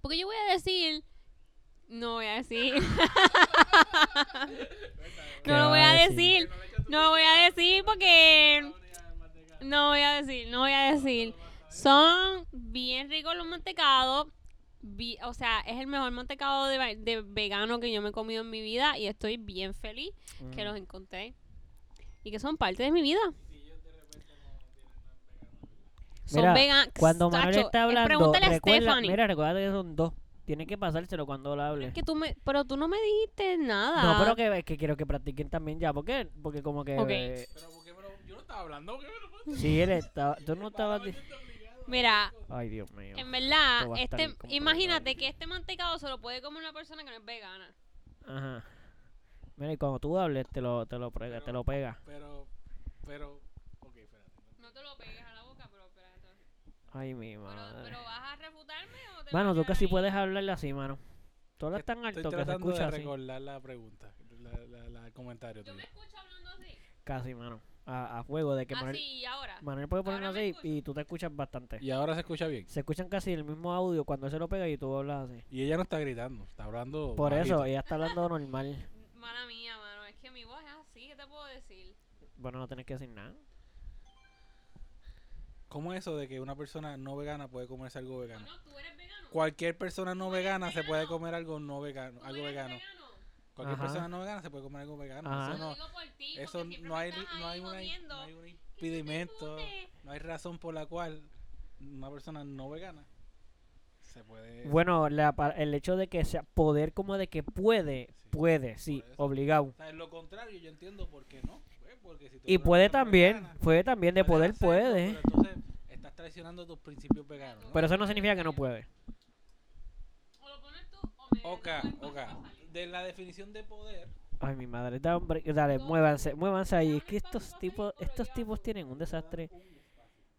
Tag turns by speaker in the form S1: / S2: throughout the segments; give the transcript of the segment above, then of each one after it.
S1: Porque yo voy a decir. No voy a decir. no lo voy a decir. No lo voy a decir porque. No voy a decir, no voy a decir. Son bien ricos los mantecados. vi- o sea, es el mejor mantecado de, va- de vegano que yo me he comido en mi vida y estoy bien feliz
S2: Mm.
S1: que los encontré y que son parte de mi vida. Son
S2: Mira,
S1: vegan-
S2: Cuando Manuel
S1: Sacho,
S2: está
S1: eh,
S2: hablando,
S1: pregúntale a
S2: recuerda,
S1: Stephanie.
S2: mira, recuerda que son dos. Tiene que pasárselo cuando él hable.
S1: que tú me, pero tú no me dijiste nada.
S2: No, pero que, que quiero que practiquen también ya. ¿Por qué? Porque como que...
S1: Ok.
S2: eh,
S3: Pero, ¿por qué me lo- Yo no estaba hablando, ¿por qué me lo pones?
S2: sí, él estaba... Tú no estabas... di-
S1: Mira,
S2: Ay, Dios mío.
S1: en
S2: Esto
S1: verdad,
S2: va a estar
S1: este,
S2: complicado.
S1: imagínate que este mantecado se lo puede comer una persona que no es vegana.
S2: Ajá. Mira, y cuando tú hables, te lo, te lo, prega- te lo pega.
S3: Pero, pero, ok, espérate.
S1: No te lo pegues a la boca, pero espérate.
S2: Ay, mi
S1: Pero,
S2: madre.
S1: pero vas a refutarme o te
S2: Mano,
S1: vas a
S2: tú
S1: quedar
S2: casi
S1: ahí?
S2: puedes hablarle así, mano. Tú hablas tan
S3: Estoy
S2: alto que se
S3: tratando
S2: escucha
S3: de
S2: así.
S3: recordar la pregunta, la, la, la- el comentario
S1: Yo me
S3: tuyo.
S1: escucho hablando así.
S2: Casi, mano. A, a fuego de que
S1: Así,
S2: Manuel,
S1: y ahora.
S2: Manuel puede
S1: Ah, Ahora
S2: ponerlo
S1: me
S2: así
S1: escucho.
S2: y tú te escuchas bastante.
S3: Y ahora se escucha bien.
S2: Se escuchan casi el mismo audio cuando él se lo pega y tú hablas así.
S3: Y ella no está gritando, está hablando.
S2: Por eso, eh.
S3: bajito.
S2: ella está hablando normal.
S1: Mala mía, mano. Es que mi voz es así. ¿Qué te puedo decir?
S2: Bueno, no tenés que decir nada.
S3: ¿Cómo es eso de que una persona no vegana puede comerse algo vegano?
S1: Bueno, tú eres vegano.
S3: Cualquier persona no
S1: ¿Tú eres
S3: vegana se puede
S1: vegano?
S3: comer algo no vegano,
S1: ¿Tú
S3: algo
S1: eres
S3: vegano. Cualquier
S2: Ajá.
S3: persona no vegana se puede comer algo
S2: Ajá.
S3: vegano.
S1: Yo
S3: Eso no,
S1: digo por ti, porque
S3: eso
S1: siempre
S3: no
S1: me
S3: hay,
S1: estás
S3: no
S1: ahí
S3: hay, una-
S1: jodiendo.
S3: no hay un impedimento, no hay razón por la cual una persona no vegana se puede.
S2: Bueno, la pa- el hecho de que sea poder como de que puede,
S3: Sí,
S2: puede, sí,
S3: por eso.
S2: obligado.
S3: O sea, en lo contrario, yo entiendo por qué no. pues, porque si tú
S2: Y
S3: eres una
S2: puede
S3: persona
S2: también,
S3: vegana,
S2: puede también, de
S3: puedes
S2: poder
S3: hacerlo,
S2: puede.
S3: Pero entonces estás traicionando tus principios veganos. ¿no?
S2: Pero eso no significa que no puede.
S1: O lo pones tú o me.
S3: Ok,
S1: no puedes
S3: ok.
S1: pasar.
S3: De la definición de poder,
S2: Ay, mi madre, da un break, dale, muévanse, muévanse ahí. Es que estos tipos, estos tipos tienen un desastre.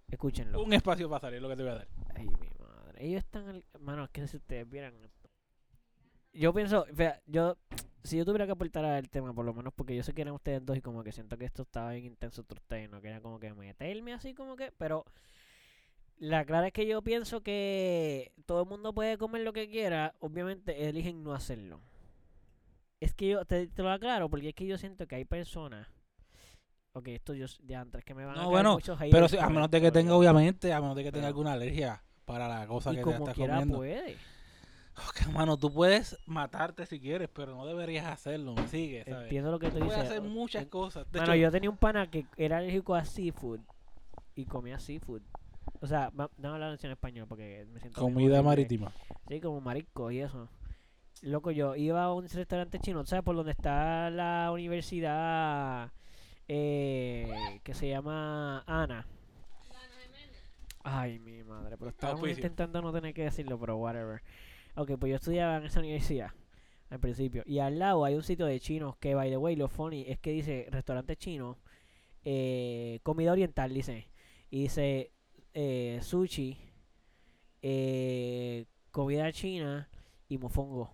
S2: Escúchenlo.
S3: un espacio para salir, lo que te voy a dar.
S2: Ay, mi madre. Ellos están. Al... Mano, es que si ustedes vieran esto. Yo pienso. Vea, yo. Si yo tuviera que aportar al tema, por lo menos, porque yo sé que eran ustedes dos y como que siento que esto estaba bien intenso entre ustedes, no quería como que meterme así como que. Pero. La clara es que yo pienso que todo el mundo puede comer lo que quiera, obviamente eligen no hacerlo. Es que yo te, te lo aclaro, porque es que yo siento que hay personas. Ok, esto yo s- ya antes que me van a
S3: No,
S2: caer
S3: bueno,
S2: muchos haters
S3: Pero si- a
S2: por
S3: menos de
S2: esto,
S3: que tenga,
S2: ¿verdad?
S3: obviamente, a menos de que tenga
S2: Pero-
S3: alguna alergia para la cosa
S2: Y
S3: que te
S2: como
S3: estás
S2: quiera pues.
S3: comiendo.
S2: puede.
S3: Ok, mano, tú puedes matarte si quieres, pero no deberías hacerlo. ¿me Sigue, ¿sabes?
S2: Entiendo lo que tú
S3: Puedes
S2: dices.
S3: hacer muchas
S2: En-
S3: cosas. De
S2: Mano,
S3: hecho,
S2: yo tenía un pana que era alérgico a seafood y comía seafood. O sea, va- dame la versión en español porque me siento. bien
S3: comida
S2: horrible.
S3: marítima.
S2: Sí, como marisco y eso. Loco, yo iba a un restaurante chino, ¿sabes? Por donde está la universidad eh, que se llama Ana. Ay, mi madre, pero estábamos
S3: Auspicio.
S2: intentando no tener que decirlo, pero whatever. Ok, pues yo estudiaba en esa universidad al principio. Y al lado hay un sitio de chinos que, by the way, lo funny es que dice restaurante chino, eh, comida oriental, dice. Y dice eh, sushi, eh, comida china y mofongo.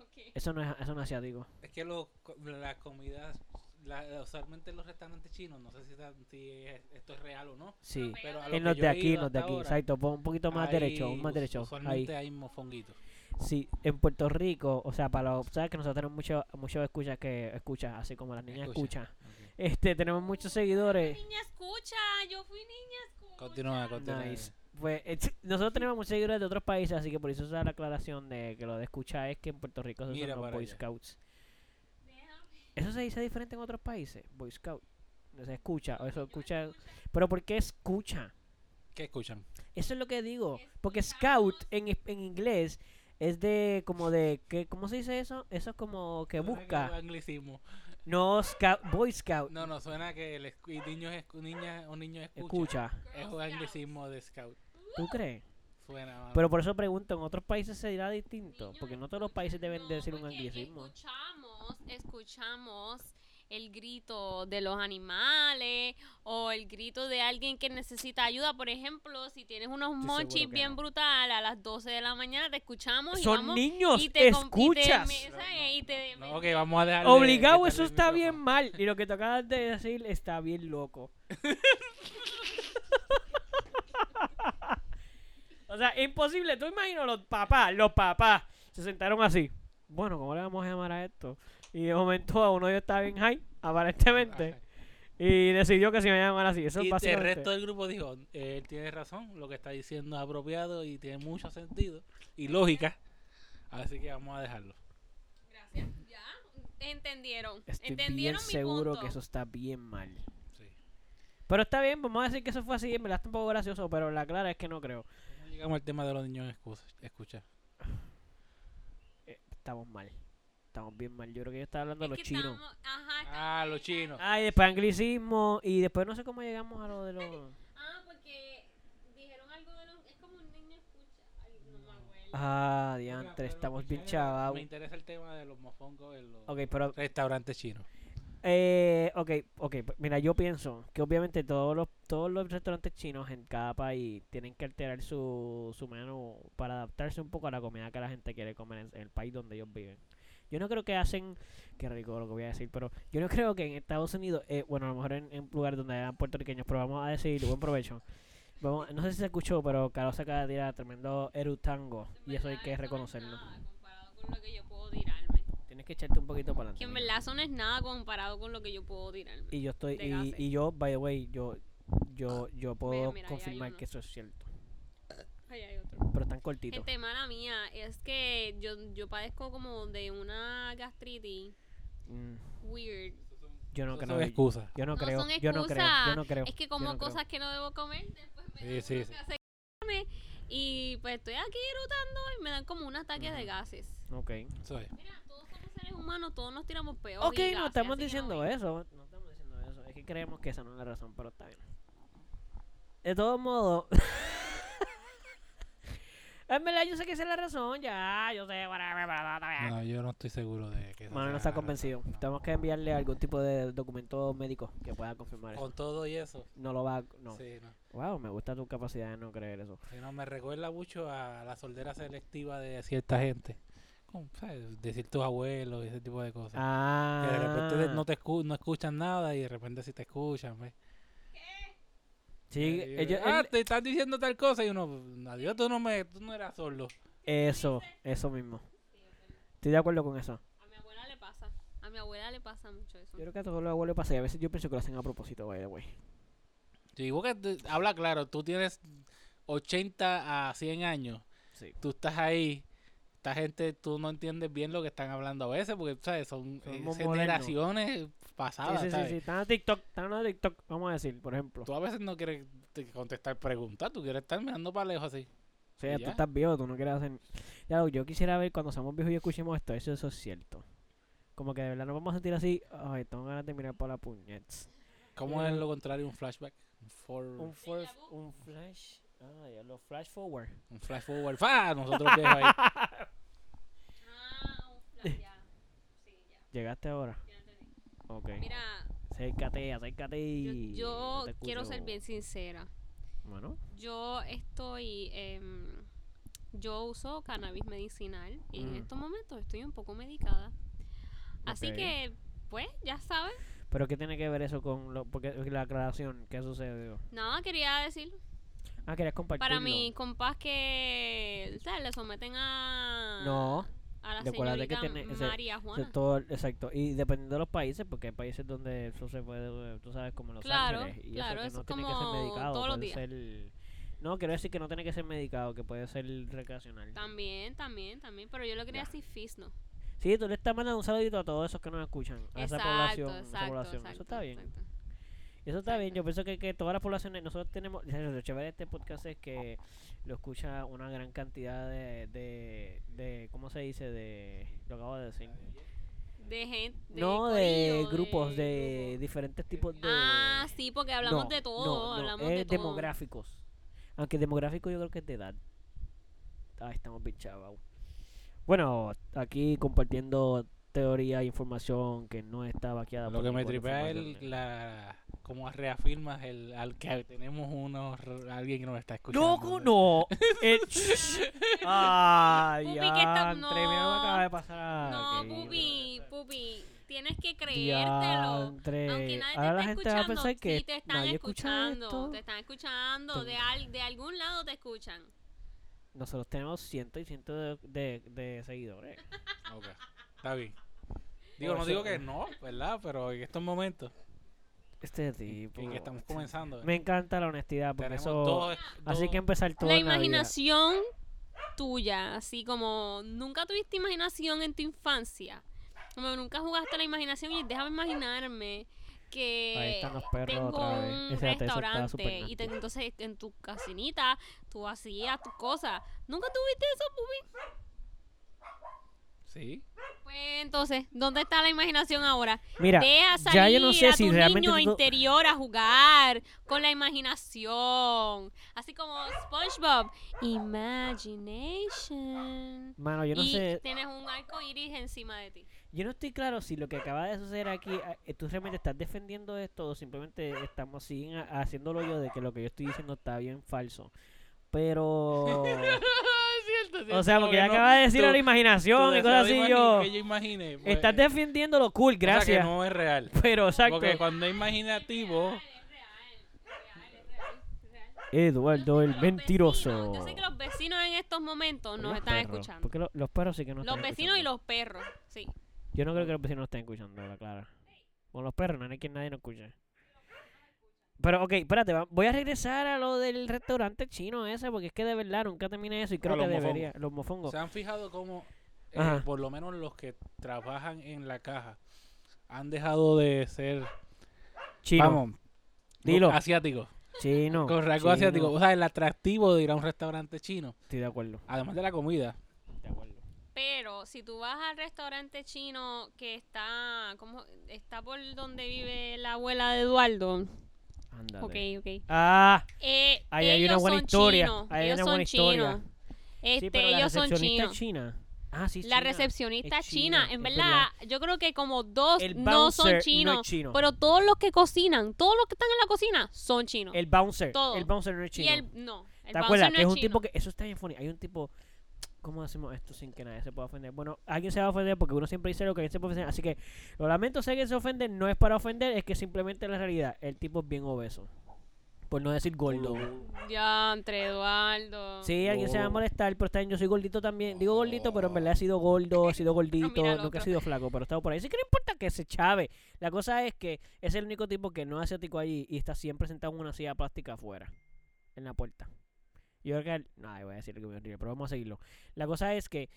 S1: Ok.
S2: Eso no es, eso no es asiático.
S3: Es que los, co- las comidas, la- usualmente los restaurantes chinos, no sé si, está- si es- esto es real o no.
S2: Sí.
S3: Pero a Ah, lo
S2: En
S3: que
S2: los
S3: yo
S2: de
S3: he
S2: aquí,
S3: ido
S2: los de
S3: hasta
S2: aquí.
S3: ahora,
S2: Exacto, pon un poquito más derecho,
S3: hay-
S2: un más
S3: us-
S2: derecho. Ahí.
S3: Usualmente hay mofonguitos.
S2: Sí, en Puerto Rico, o sea, para los, sabes que nosotros tenemos muchos muchos escuchas que escuchas, así como las niñas
S3: Escucha.
S2: escuchan. Este, tenemos muchos seguidores.
S1: Niña escucha, yo fui niña escucha.
S3: Continúa, continúa.
S2: Nice. Pues, eh, ch- nosotros tenemos muchos seguidores de otros países, así que por eso se da la aclaración de que lo de escuchar es que en Puerto Rico se
S3: Mira
S2: usan los
S3: para
S2: Boy
S3: allá.
S2: Scouts.
S1: Déjame,
S2: ¿Eso se dice diferente en otros países? Boy Scout. No se escucha, o eso escucha. Pero ¿por qué escucha?
S3: ¿Qué escuchan?
S2: Eso es lo que digo. Porque scout en, es- en inglés es de como de que cómo se dice eso eso es como que
S3: Suena
S2: busca
S3: Anglicismo.
S2: no scout boy scout
S3: No, no, suena que el escu- y niños, escu- niñas, un niño escucha.
S2: escucha
S3: Es un anglicismo de scout.
S2: tú crees
S3: Suena, mano.
S2: Pero por eso pregunto, ¿en otros países será distinto?
S1: niña
S2: Porque no todos los
S1: escucha.
S2: países deben de
S1: No,
S2: decir un
S1: porque
S2: anglicismo.
S1: Escuchamos, escuchamos el grito de los animales o el grito de alguien que necesita ayuda. Por ejemplo, si tienes unos
S2: Estoy seguro
S1: monchis
S2: que
S1: bien
S2: no.
S1: brutal a las 12 de la mañana, te escuchamos y
S2: Son
S1: vamos
S2: niños,
S1: y te com- y te
S2: escuchas.
S1: me- ¿sabes? Y te-
S3: No, ok, vamos a dejar.
S2: Obligado, eso está bien mal. Y lo que te acabas de decir está bien loco. O sea, imposible. Tú imaginas los papás, los papás. Se sentaron así. Bueno, ¿cómo le vamos a llamar a esto? Y de momento a uno de ellos estaba bien high, aparentemente. Y decidió que se iba a llamar así. Eso es
S3: Y el
S2: básicamente.
S3: resto del grupo dijo, él tiene razón, lo que está diciendo es apropiado y tiene mucho sentido y lógica. Así que vamos a dejarlo.
S1: Gracias. Ya. Entendieron.
S2: Estoy bien
S1: Entendieron mi
S2: seguro
S1: punto.
S2: que eso está bien mal.
S3: Sí.
S2: Pero está bien, vamos a decir que eso fue así. En verdad está un poco gracioso, pero la clara es que no creo.
S3: ¿Cómo Llegamos al tema de los niños escucha. escucha?
S2: Eh, estamos mal. Estamos bien mal. Yo creo que yo estaba hablando
S1: Es
S2: de los
S1: que
S2: chinos.
S1: estábamos- ajá,
S3: Ah, los chinos.
S2: Ay, después anglicismo. Y después no sé cómo llegamos a lo de los.
S1: Ah, porque dijeron algo de los. Es como un niño escucha. Ay, no me acuerdo.
S2: Ah,
S3: Oiga,
S2: diantre,
S3: pero
S2: estamos bien
S3: escucha,
S2: chavos.
S3: Me interesa el tema de los mofongos en los
S2: Ok, pero.
S3: restaurantes chinos.
S2: Eh, ok, ok. pues Mira, yo pienso que obviamente todos los, todos los restaurantes chinos en cada país tienen que alterar su, su menú para adaptarse un poco a la comida que la gente quiere comer en el país donde ellos viven. Yo no creo que hacen. Qué rico lo que voy a decir, pero yo no creo que en Estados Unidos. eh, bueno, a lo mejor en, en un lugar donde eran puertorriqueños, pero vamos a decir buen provecho. Vamos, no sé si se escuchó, pero Carlos acaba de tirar tremendo erutango. Y eso hay
S1: verdad,
S2: que
S1: no es
S2: reconocerlo.
S1: nada comparado con lo que yo puedo tirarme.
S2: Tienes que echarte un poquito para
S1: Que en
S2: adelante.
S1: verdad eso no es nada comparado con lo que yo puedo tirarme.
S2: Y yo estoy,
S1: de
S2: y,
S1: gases. Ah,
S2: y yo, by the way, yo, yo, yo puedo
S1: mira, ahí hay
S2: confirmar
S1: uno.
S2: que eso es cierto.
S1: Ay, hay otro.
S2: Pero están cortitos.
S1: Gente, mala mía, es que yo, yo padezco como de una gastritis
S2: Mm,
S1: weird.
S2: yo no
S3: Eso
S2: creo.
S3: son excusas.
S2: Yo no,
S1: No
S2: creo.
S1: son
S2: Yo no creo. Yo
S1: excusas.
S2: no creo.
S1: Es que
S2: yo
S1: como
S2: no creo.
S1: cosas que no debo comer, después me
S3: Sí,
S1: dan
S3: sí,
S1: unos
S3: sí.
S1: gases enormes y pues estoy aquí irrutando y me dan como un ataque de
S2: Ujú.
S1: gases.
S2: Ok.
S3: Eso es.
S1: Mira, todos somos seres humanos, todos nos tiramos peor.
S2: Ok, no estamos diciendo eso. No estamos diciendo eso. Es que creemos que esa no es la razón, pero está bien. De todos modos. En verdad, yo sé que esa es la razón, ya, yo sé.
S3: No, yo no estoy seguro de que... esa
S2: Mano
S3: sea
S2: no está
S3: la
S2: convencido.
S3: razón, no.
S2: Tenemos que enviarle algún tipo de documento médico que pueda confirmar eso.
S3: Con todo y eso.
S2: No lo va a... No.
S3: Sí, no.
S2: Wow, me gusta tu capacidad de no creer eso.
S3: Sí, no, me recuerda mucho a la soldera selectiva de cierta gente. Como, ¿sabes? Decir tus abuelos y ese tipo de cosas.
S2: Ah.
S3: Que de repente te- no te escu- no escuchan nada y de repente sí te escuchan, ¿ves?
S2: Sí,
S3: Y,
S2: ellos-
S3: ah,
S2: él-
S3: te están diciendo tal cosa y uno, adiós, tú no, me, tú no eras solo.
S2: Ah. eso, eso mismo. Estoy de acuerdo con eso.
S1: A mi abuela le pasa. A mi abuela le pasa mucho eso.
S2: Yo creo que a todos los abuelos pasa y a veces yo pienso que lo hacen a propósito, by the way.
S3: Yo digo que te- habla claro, tú tienes 80 a 100 años,
S2: Sí.
S3: tú estás ahí, esta gente, tú no entiendes bien lo que están hablando a veces, porque ¿sabes? son,
S2: Son
S3: eh,
S2: muy modernos.
S3: generaciones
S2: Sí,
S3: pasadas.
S2: sí, sí,
S3: ¿sabes?
S2: sí. Están a TikTok, están hablando de TikTok, vamos a decir, por ejemplo.
S3: Tú a veces no quieres te- contestar preguntas, tú quieres estar mirando para lejos así.
S2: O sea,
S3: y
S2: tú
S3: ya.
S2: estás viejo, tú no quieres hacer... Ya, yo quisiera ver cuando seamos viejos y escuchemos esto, eso, eso es cierto. Como que de verdad nos vamos a sentir así, ay, tengo ganas de mirar para la puñets.
S3: ¿Cómo es lo contrario un flashback? Un, for-
S2: Un, for- un flash, ah, ya lo flash forward.
S3: un flash forward. ¡Ah! Nosotros viejos ahí.
S1: Ah, un flash, ya. Sí, ya,
S2: Llegaste ahora,
S1: ya entendí.
S2: ok.
S1: Mira,
S2: Acércate, acércate.
S1: yo,
S2: y
S1: yo
S2: no te
S1: quiero
S2: escucho.
S1: ser bien sincera.
S2: Bueno,
S1: Yo estoy. em, yo uso cannabis medicinal y en
S2: Mm.
S1: estos momentos estoy un poco medicada. Así
S2: Ok.
S1: que, pues, ya sabes.
S2: pero ¿qué tiene que ver eso con lo, porque, la aclaración? ¿Qué sucedió?
S1: Nada, quería decir.
S2: Ah, querías compartirlo.
S1: Para mis compás que ¿sabes? le someten a.
S2: No,
S1: A la
S2: recuérdate que
S1: señorita
S2: tiene ese-
S1: María
S2: o
S1: Juana.
S2: sea, todo, exacto. Y dependiendo de los países, porque hay países donde eso se puede, tú sabes, como Los
S1: Claro,
S2: Ángeles. Y
S1: claro,
S2: eso
S1: eso
S2: que no
S1: es
S2: tiene que ser
S1: como
S2: medicado.
S1: todos los
S2: puede
S1: días.
S2: ser- No, quiero decir que no tiene que ser medicado, que puede ser recreacional.
S1: También, también, también. Pero yo lo quería
S2: Ya.
S1: decir FIS, ¿no?
S2: Sí, tú le estás mandando un saludito a todos esos que nos escuchan, a esa población. a esa población. eso está bien.
S1: exacto.
S2: Eso está bien,
S1: Exacto.
S2: yo pienso que, que todas las poblaciones, nosotros tenemos, lo chévere de este podcast es que lo escucha una gran cantidad de, de, de ¿cómo se dice? De, lo acabo de decir.
S1: De gente. de
S2: no, de
S1: corillo,
S2: grupos, de,
S1: grupos.
S2: diferentes tipos de...
S1: Ah, sí, porque hablamos
S2: No,
S1: de
S2: no,
S1: todo.
S2: no,
S1: hablamos
S2: es
S1: de todo.
S2: demográficos. Aunque demográfico yo creo que es de edad. Ah, estamos bichados. Bueno, aquí compartiendo teoría e información que no está vaqueada.
S3: Lo
S2: por
S3: que me
S2: ninguna
S3: tripea es
S2: información.
S3: la cómo reafirmas el al que tenemos unos alguien que nos está escuchando.
S2: ¡Loco, no! Eh, shh. ¡Ay,
S1: Pupi,
S2: ya!
S1: que está-
S2: Mira lo que acaba de pasar.
S1: No,
S2: Ok,
S1: Pupi, Pupi. Tienes que creértelo.
S2: diantre.
S1: Aunque nadie
S2: Ahora la
S1: te
S2: gente
S1: esté
S2: va a
S1: escuchando,
S2: pensar que
S1: sí te están
S2: nadie escucha
S1: escuchando,
S2: esto.
S1: te están escuchando, de, al- de algún lado te escuchan.
S2: Nosotros tenemos cientos y cientos de, de- de seguidores.
S3: Ok, está bien. Digo,
S2: Por
S3: no
S2: eso-
S3: digo que no, ¿verdad? Pero en estos momentos
S2: Este
S3: en
S2: tipo.
S3: que estamos comenzando,
S2: Me encanta la honestidad, porque
S3: tenemos
S2: eso.
S3: dos,
S2: Así
S3: dos-
S2: que empezar todo.
S1: La
S2: en vida.
S1: imaginación tuya, así como nunca tuviste imaginación en tu infancia. Como nunca jugaste a la imaginación y déjame imaginarme
S2: Ahí
S1: que
S2: están los perros
S1: tengo
S2: otra
S1: un
S2: vez. Ese ateso estaba
S1: restaurante
S2: súper
S1: y te- entonces en tu casinita tú hacías tus cosas. ¿Nunca tuviste eso, Pupi?
S3: Sí.
S1: Pues entonces, ¿dónde está la imaginación ahora?
S2: Mira,
S1: Deja
S2: ya
S1: salir
S2: yo no sé
S1: a tu
S2: si realmente
S1: niño
S2: tú-
S1: interior a jugar con la imaginación. Así como SpongeBob. Imagination.
S2: Mano, yo no
S1: y
S2: sé.
S1: tienes un arco iris encima de ti.
S2: Yo no estoy claro si lo que acaba de suceder aquí, a- eh, tú realmente estás defendiendo esto o simplemente estamos siguen a- haciéndolo yo de que lo que yo estoy diciendo está bien falso. Pero. o sea, porque ya acaba de decir a la imaginación y cosas así, yo.
S3: Que yo imagine. pues,
S2: Estás
S3: eh,
S2: defendiendo lo cool,
S3: o sea,
S2: gracias.
S3: que no es real.
S2: Pero exacto.
S3: Porque cuando es imaginativo,
S2: Eduardo, el mentiroso.
S1: Yo sé que los vecinos en estos momentos nos
S2: Los
S1: están
S2: perros,
S1: escuchando.
S2: Porque lo- los perros sí que nos
S1: Los
S2: están
S1: vecinos y
S2: escuchando.
S1: los perros. Sí.
S2: Yo no creo que los vecinos nos estén escuchando, la clara. Con los perros, no hay quien nadie nos escuche. Pero, ok, espérate, va- voy a regresar a lo del restaurante chino ese, porque es que de verdad nunca terminé eso y creo
S3: los
S2: que
S3: mofongos.
S2: debería. Los mofongos.
S3: se han fijado cómo, eh,
S2: Ajá.
S3: por lo menos los que trabajan en la caja, han dejado de ser.
S2: chino,
S3: Vamos.
S2: Dilo.
S3: Asiáticos.
S2: chino.
S3: Con rasgos
S2: chino.
S3: asiáticos. O sea, el atractivo de ir a un restaurante chino,
S2: Estoy de acuerdo,
S3: además de la comida,
S2: de acuerdo.
S1: Pero si tú vas al restaurante chino que está como está por donde vive la abuela de Eduardo.
S2: Ándale.
S1: Ok, ok.
S2: Ah,
S1: Eh,
S2: Ahí hay
S1: ellos
S2: una buena
S1: son
S2: historia,
S1: chinos,
S2: ahí hay
S1: ellos
S2: una
S1: son
S2: buena historia.
S1: chinos. Este,
S2: sí, pero la
S1: ellos son
S2: recepcionista
S1: chinos.
S2: es china. Ah, sí, es
S1: La
S2: china.
S1: recepcionista
S2: es
S1: china, en
S2: es
S1: verdad, yo creo que como dos
S2: El
S1: no
S2: bouncer
S1: son
S2: no es
S1: chinos,
S2: chino.
S1: pero todos los que cocinan, todos los que están en la cocina son chinos.
S2: El bouncer.
S1: Todo.
S2: El bouncer no es
S1: y
S2: chino.
S1: el no, el
S2: ¿Te acuerdas?
S1: bouncer no
S2: que es un
S1: chino.
S2: tipo que. Eso está bien funny. Hay un tipo. ¿Cómo hacemos esto sin que nadie se pueda ofender? Bueno, alguien se va a ofender porque uno siempre dice lo que alguien se puede ofender. Así que lo lamento, sé que se ofende. No es para ofender, es que simplemente la realidad. El tipo es bien obeso. Por no decir gordo.
S1: Ya, entre Eduardo.
S2: Sí, alguien se va a
S3: Oh.
S2: molestar, pero está bien. Yo soy gordito también. Digo gordito, pero en verdad he sido gordo, he sido gordito,
S1: mira al
S2: nunca
S1: otro.
S2: he sido flaco, pero he estado por ahí. Así que no importa que se chave. La cosa es que es el único tipo que no es asiático allí y está siempre sentado en una silla plástica afuera, en la puerta. Yo creo que. el- No, ay, voy a decir que me río, pero vamos a seguirlo. La cosa es que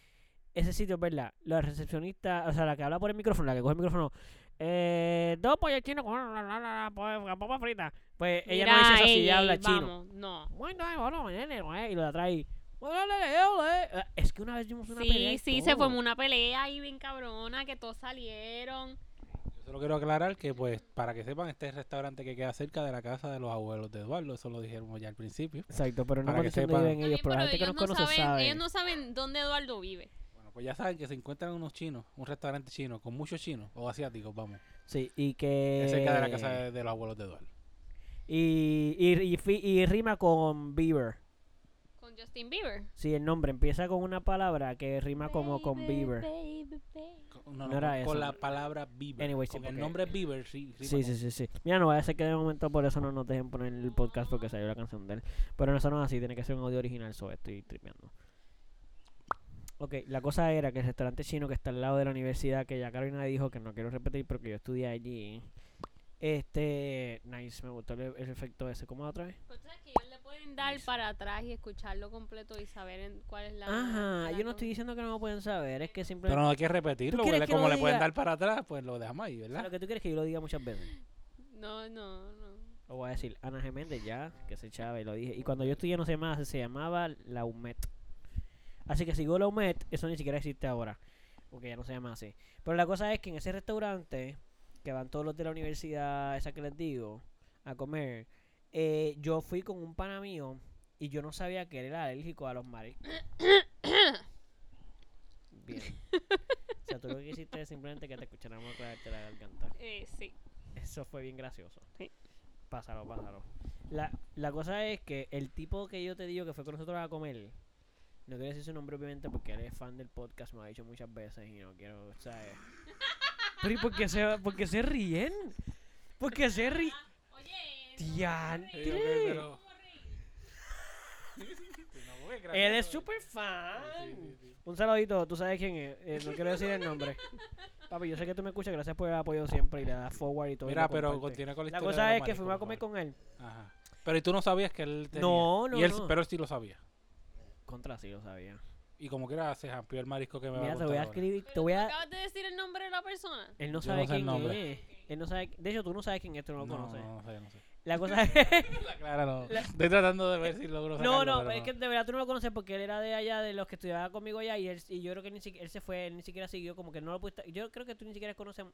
S2: ese sitio, ¿verdad? La recepcionista, o sea, la que habla por el micrófono, la que coge el micrófono. Eh, dos pollos chinos con la, la, la, la, pues, papa frita. Pues ella no
S1: Mira,
S2: dice eso, así
S1: ey,
S2: ella habla
S1: ey,
S2: chino.
S1: vamos, no.
S2: Bueno, ay, bueno, nene, güey, y lo atrae. ahí. Bueno, nene, yo, güey. Ah, Es que una vez vimos una pelea.
S1: Sí,
S2: y
S1: sí, se
S2: todo.
S1: formó una pelea ahí bien cabrona, que todos salieron.
S3: Yo solo quiero aclarar que, pues, para que sepan, este es el restaurante que queda cerca de la casa de los abuelos de Eduardo. Eso lo dijimos ya al principio.
S2: Exacto, pero no
S3: Para
S2: hemos
S3: que
S2: dicho dónde
S3: sepan.
S2: viven ellos,
S1: Está bien,
S2: pero la
S1: pero
S2: gente que nos
S1: ellos no
S2: conoce
S1: saben,
S2: sabe.
S1: ellos no saben dónde Eduardo vive.
S3: Bueno, pues ya saben que se encuentran unos chinos, un restaurante chino con muchos chinos o asiáticos, vamos.
S2: Sí, y que...
S3: Es cerca de la casa
S2: Eh.
S3: de, de los abuelos de Eduardo.
S2: Y, y, y fi- y rima con Bieber.
S1: Con Justin Bieber.
S2: Sí, el nombre empieza con una palabra que rima como con
S1: Baby,
S2: Bieber.
S1: baby, baby.
S3: Con- No, no,
S2: No era
S3: con,
S2: eso.
S3: con la palabra Bieber.
S2: Anyway, sí,
S3: con el
S2: porque-
S3: nombre Bieber, sí. rima
S2: Sí,
S3: con-
S2: sí, sí, sí. Mira, no vaya a ser que de momento por eso no nos dejen poner el podcast porque salió la canción de él. Pero no, eso no es así, tiene que ser un audio original, so estoy tripeando. Ok, la cosa era que el restaurante chino que está al lado de la universidad, que ya Carolina dijo que no quiero repetir porque yo estudié allí. Este, nice, me gustó el, el efecto ese. ¿Cómo otra vez?
S1: Pues, ¿sabes que ellos le pueden dar para atrás y escucharlo completo y saber en cuál es la. la
S2: Ajá, yo no
S1: cosa.
S2: estoy diciendo que no lo pueden saber, es que
S3: Pero
S2: simplemente...
S3: no hay que repetirlo,
S2: quieres
S3: porque
S2: que
S3: como
S2: lo
S3: le pueden
S2: diga?
S3: dar para atrás, pues lo dejamos ahí,
S2: O sea,
S3: ¿verdad?
S2: lo que tú quieres que yo lo diga muchas veces.
S1: No, no, no.
S2: Lo voy a decir, Ana Geméndez ya, que se echaba y lo dije. Y cuando yo estudié no se llamaba, se llamaba la UMET. Así que si digo la UMET, eso ni siquiera existe ahora, porque ya no se llama así. Pero la cosa es que en ese restaurante, que van todos los de la universidad, esa que les digo, a comer, eh, yo fui con un pana mío y yo no sabía que él era alérgico a los mariscos. Bien. O sea, tú lo que hiciste es simplemente que te escucháramos aclararte la garganta.
S1: Eh, sí.
S2: Eso fue bien gracioso.
S1: Sí.
S2: Pásalo, pásalo. La, la cosa es que el tipo que yo te digo que fue con nosotros a comer, no quiero decir su nombre obviamente porque él es fan del podcast, me lo ha dicho muchas veces y no quiero, ¿sabes? Pero ¿y por qué se, por qué se ríen? ¿Por qué se ríen?
S1: Ah, Oye,
S2: ¡Diantre!
S3: Sí, ok, pero- Sí, no, fue. gracias
S2: Él
S3: a
S2: es
S3: él.
S2: super fan.
S3: Sí, sí, sí.
S2: Un saludito, tú sabes quién es. eh, no quiero decir el nombre. Papi, yo sé que tú me escuchas, gracias por el apoyo siempre y le das forward y todo. y
S3: Mira,
S2: lo
S3: pero
S2: compartes.
S3: continúa con la
S2: La
S3: historia. de
S2: cosa
S3: los
S2: es que fuimos a comer
S3: maricos, por
S2: con él.
S3: favor. Ajá. Pero y tú no sabías que él tenía.
S2: No, no,
S3: y él,
S2: no.
S3: Pero él sí lo sabía.
S2: Contra sí, lo sabía.
S3: Y como quiera, se jampió el marisco que me va a
S2: Mira, te
S3: gustar
S2: voy a
S3: ahora.
S2: escribir,
S1: Pero
S2: te voy
S1: tú
S2: a...
S1: acabas de decir el nombre de la persona.
S2: Él no
S3: Yo
S2: sabe
S3: no sé el
S2: quién
S3: nombre.
S2: es. Él no sabe... De hecho, tú no sabes quién es, tú no lo conoces.
S3: No, no sé, no sé.
S2: La cosa es...
S3: La clara no. Estoy tratando de ver si logro
S2: No,
S3: sacarlo,
S2: no,
S3: pero
S2: pero es que de verdad tú no lo conoces porque él era de allá, de los que estudiaba conmigo allá, y, él, y yo creo que ni siquiera, él se fue, él ni siquiera siguió, como que no lo pudiste, yo creo que tú ni siquiera conoces,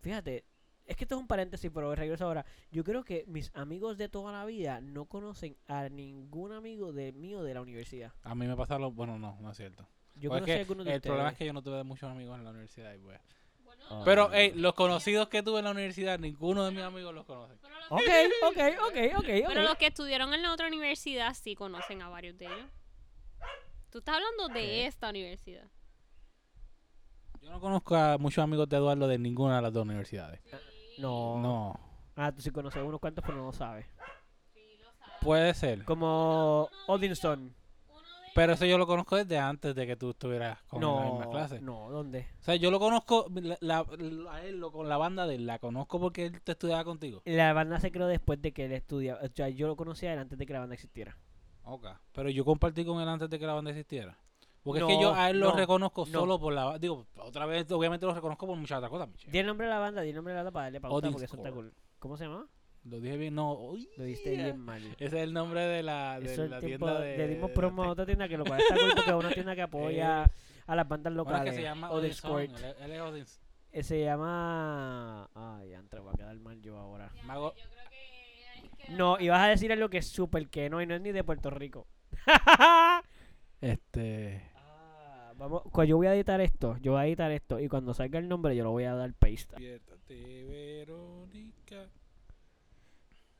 S2: fíjate, es que esto es un paréntesis, pero regreso ahora, yo creo que mis amigos de toda la vida no conocen a ningún amigo de mío de la universidad.
S3: A mí me pasa lo... Bueno, no, no es cierto.
S2: Yo
S3: Pues
S2: conocí
S3: es que
S2: a algunos de
S3: el
S2: ustedes.
S3: problema es que yo no tuve muchos amigos en la universidad. y pues.
S1: Bueno,
S2: Ah.
S3: Pero ey, los conocidos que tuve en la universidad, ninguno de mis amigos los conoce.
S1: pero, los,
S2: Ok, ok, ok, ok,
S1: pero los
S2: ok.
S1: que estudiaron en la otra universidad sí conocen a varios de ellos. Tú estás hablando de
S2: ¿Qué?
S1: esta universidad.
S3: Yo no conozco a muchos amigos de Eduardo de ninguna de las dos universidades.
S2: No.
S3: No.
S2: Ah, tú sí conoces unos cuantos, pero no lo sabes.
S3: Puede ser.
S2: Como Odinson.
S3: Pero eso yo lo conozco desde antes de que tú estuvieras con él en la
S2: No,
S3: misma clase.
S2: no, ¿dónde?
S3: O sea, yo lo conozco, la, la- la- a él, lo- con la banda de él, la conozco porque él te estudiaba contigo.
S2: La banda se creó después de que él estudiaba. O sea, yo lo conocía él antes de que la banda existiera.
S3: Ok. Pero yo compartí con él antes de que la banda existiera. Porque es
S2: No,
S3: que yo a él lo
S2: no,
S3: reconozco
S2: no.
S3: solo por la... Digo, otra vez, obviamente lo reconozco por muchas otras cosas, Michelle.
S2: Di el nombre de la banda, di el nombre de la banda para darle pauta
S3: Odin
S2: porque eso está
S3: Score.
S2: cool. ¿Cómo se llama?
S3: Lo dije bien, no. uy,
S2: Lo diste
S3: yeah.
S2: bien mal.
S3: Ese es el nombre de la, de
S2: Eso
S3: la
S2: el tiempo.
S3: tienda de. Eh.
S2: Le dimos promo a otra tienda que lo cual está cool porque es una tienda que apoya a las bandas
S3: Bueno, es
S2: locales.
S3: que se llama
S2: Odin
S3: Odin Song,
S2: Score.
S3: Él es- él es Odin.
S2: Eh, Se llama. Ay, Antra, voy a quedar mal yo ahora.
S3: Mago.
S2: No, y vas a decir algo que es súper que no, y no es ni de Puerto Rico.
S3: Este.
S2: Ah, Vamos, cu- yo voy a editar esto, yo voy a editar esto y cuando salga el nombre yo lo voy a dar paste.
S3: Despiértate, Verónica.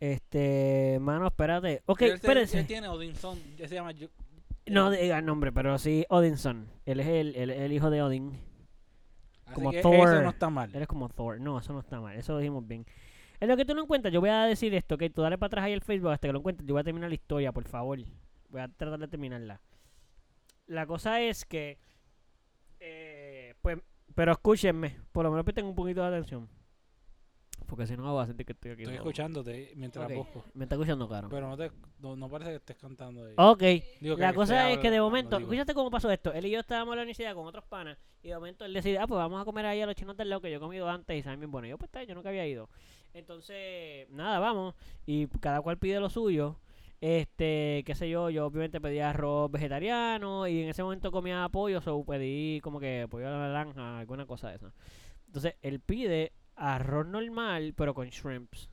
S2: Este, mano, espérate. Ok,
S3: Él se-
S2: espérense.
S3: Él tiene Odin Song, él se llama. Yo-
S2: No diga el nombre, pero sí Odinson. Él es el, el- el hijo de Odin.
S3: Así
S2: Como
S3: que
S2: Thor.
S3: Eso no está mal.
S2: Él es como Thor. No, eso no está mal. Eso lo dijimos bien. En lo que tú no encuentras, yo voy a decir esto, que tú dale para atrás ahí el Facebook hasta que lo encuentres. Yo voy a terminar la historia, por favor. Voy a tratar de terminarla. La cosa es que... eh, pues, pero escúchenme. Por lo menos presten un poquito de atención. Porque si no, voy a sentir que estoy aquí.
S3: Estoy
S2: solo.
S3: escuchándote mientras
S2: Ok,
S3: busco.
S2: Me está escuchando, caro.
S3: Pero no, te, no, no parece que estés cantando ahí.
S2: Ok.
S3: Digo que
S2: La
S3: estés
S2: cosa es que de
S3: hablando,
S2: momento,
S3: digo.
S2: fíjate cómo pasó esto. Él y yo estábamos en la universidad con otros panas. Y de momento él decide, ah, pues vamos a comer ahí a los chinos del lado que yo he comido antes y saben bien bueno. Yo, pues está, yo nunca había ido. Entonces, nada, vamos. Y cada cual pide lo suyo. Este, qué sé yo, yo obviamente pedí arroz vegetariano y en ese momento comía pollo, o pedí como que pollo a la naranja, alguna cosa de esa. Entonces, él pide arroz normal, pero con shrimps.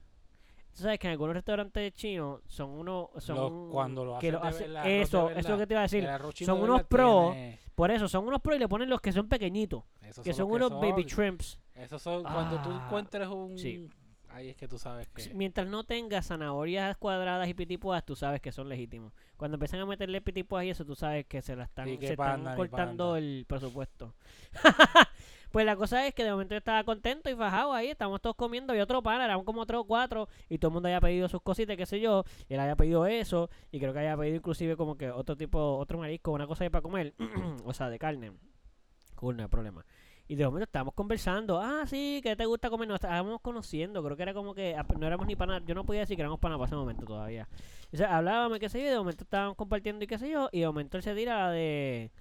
S2: Tú sabes que en algunos restaurantes chinos son unos. Son
S3: Los-
S2: un-
S3: cuando lo
S2: que
S3: hacen de verdad, arroz de
S2: Eso, eso es lo
S3: verdad.
S2: que te iba a decir.
S3: El arroz chino
S2: son
S3: de
S2: unos
S3: verdad
S2: pro,
S3: tiene-
S2: Por eso, son unos pro y le ponen los que son pequeñitos.
S3: esos
S2: Que son,
S3: los
S2: unos baby
S3: son.
S2: shrimps.
S3: Esos son cuando tú
S2: Ah,
S3: encuentres un.
S2: sí.
S3: Ahí es que tú sabes que.
S2: Mientras no tengas zanahorias cuadradas y pitipuas, tú sabes que son legítimos. Cuando empiezan a meterle pitipuas y eso, tú sabes que se la están,
S3: Sí, que
S2: se
S3: pa'
S2: están
S3: andar y pa'
S2: cortando
S3: andar.
S2: el presupuesto. pues la cosa es que de momento yo estaba contento y fajado ahí, estamos todos comiendo y otro pana, eran como tres o cuatro, y todo el mundo había pedido sus cositas, qué sé yo, y él había pedido eso, y creo que había pedido inclusive como que otro tipo, otro marisco, una cosa ahí para comer, o sea, de carne. Cool, no hay problema. Y de momento estábamos conversando. Ah, sí, ¿qué te gusta comer? Nos estábamos conociendo. Creo que era como que ap- no éramos ni panas. Yo no podía decir que éramos panas para ese momento todavía. O sea, hablábamos, qué sé yo, y de momento estábamos compartiendo y qué sé yo. Y de momento él se tira la de.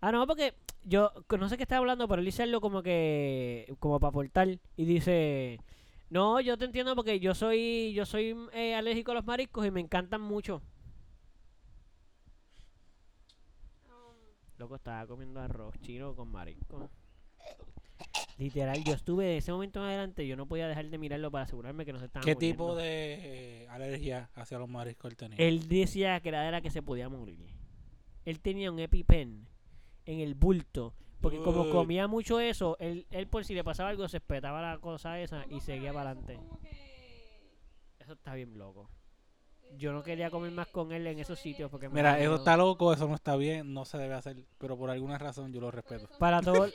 S2: Ah, no, porque yo co- no sé qué estaba hablando, pero él dice algo como que. como para aportar. Y dice. No, yo te entiendo porque yo soy. yo soy eh, alérgico a los mariscos y me encantan mucho. Loco, estaba comiendo arroz chino con marisco. Literal, yo estuve de ese momento en adelante, yo no podía dejar de mirarlo para asegurarme que no se estaba
S3: ¿Qué tipo de eh, alergia hacia los mariscos él tenía?
S2: Él decía que era de la que se podía morir. Él tenía un EpiPen en el bulto. Porque como
S3: Uy.
S2: comía mucho eso, él, él por si le pasaba algo se espetaba la cosa esa y seguía para adelante. Eso está bien loco. Yo no quería comer más con él en esos sitios porque me
S3: Mira,
S2: daba
S3: eso
S2: miedo.
S3: está loco, eso no está bien, no se debe hacer, pero por alguna razón yo lo respeto.
S2: Para todo.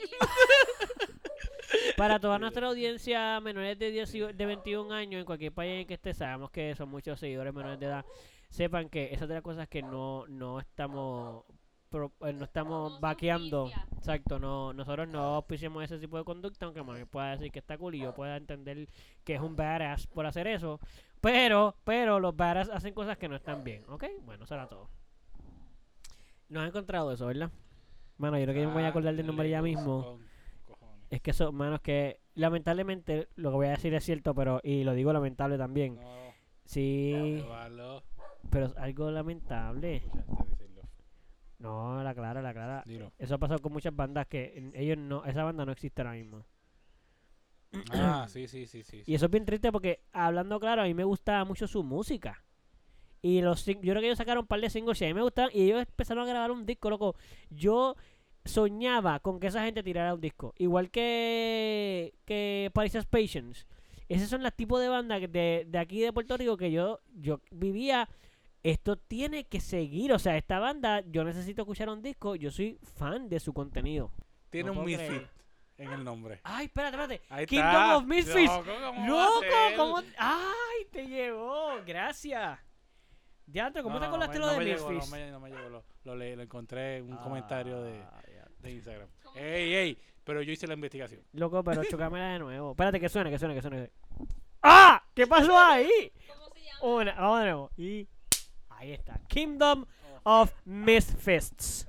S2: Para toda nuestra audiencia menores de, 18 de 21 años en cualquier país en que esté, sabemos que son muchos seguidores menores de edad. sepan que esas de las cosas que no, no estamos pro- eh, no
S1: No
S2: estamos
S1: se
S2: vaqueando.
S1: auspicia.
S2: Exacto, no, nosotros no auspiciamos ese tipo de conducta, aunque mami pueda decir que está cool y yo pueda entender que es un badass por hacer eso. Pero, pero los badass hacen cosas que no están bien, ¿ok? Bueno, será todo. No has encontrado eso, ¿verdad? Mano, yo creo que yo me voy a acordar del nombre ya
S3: Ah, Dale,
S2: mismo.
S3: con cojones.
S2: Es que eso, manos, que lamentablemente lo que voy a decir es cierto, pero, y lo digo lamentable también.
S3: No,
S2: Sí,
S3: llevarlo.
S2: pero es algo lamentable.
S3: Escuchaste decirlo.
S2: No, la clara, la clara.
S3: Dilo.
S2: Eso ha pasado con muchas bandas que en- ellos no, esa banda no existe ahora mismo.
S3: Ah, sí, sí, sí, sí.
S2: Y eso es bien triste porque, hablando claro, a mí me gustaba mucho su música. Y los sing- yo creo que ellos sacaron un par de singles y a mí me gustaban. Y ellos empezaron a grabar un disco, loco. Yo soñaba con que esa gente tirara un disco. Igual que, que Paris Has Patience. Esas son las tipos de bandas que de, de aquí de Puerto Rico que yo, yo vivía. Esto tiene que seguir. O sea, esta banda, yo necesito escuchar un disco. Yo soy fan de su contenido.
S3: Tiene
S2: no
S3: un
S2: puedo creer.
S3: misfit en el nombre.
S2: Ay, espérate, espérate.
S3: Ahí
S2: Kingdom
S3: está.
S2: of Misfits.
S3: Loco, ¿cómo va a
S2: Loco,
S3: ser?
S2: ¿cómo? ¡Ay, te llegó! Gracias. Diantro, ¿cómo
S3: No,
S2: te
S3: no, no
S2: acordaste
S3: me-
S2: lo
S3: no
S2: de
S3: me llegó,
S2: Misfits?
S3: No me, no me llegó, lo, lo leí, lo encontré en un comentario de,
S2: Ah, ya.
S3: de Instagram. Ey, ey, pero yo hice la investigación.
S2: Loco, pero chocámela de nuevo. Espérate, que suene, que suene, que suene. ¡Ah! ¿Qué pasó ahí?
S1: ¿Cómo se llama?
S2: Una, vamos de nuevo. Y. Ahí está. Kingdom of Misfits.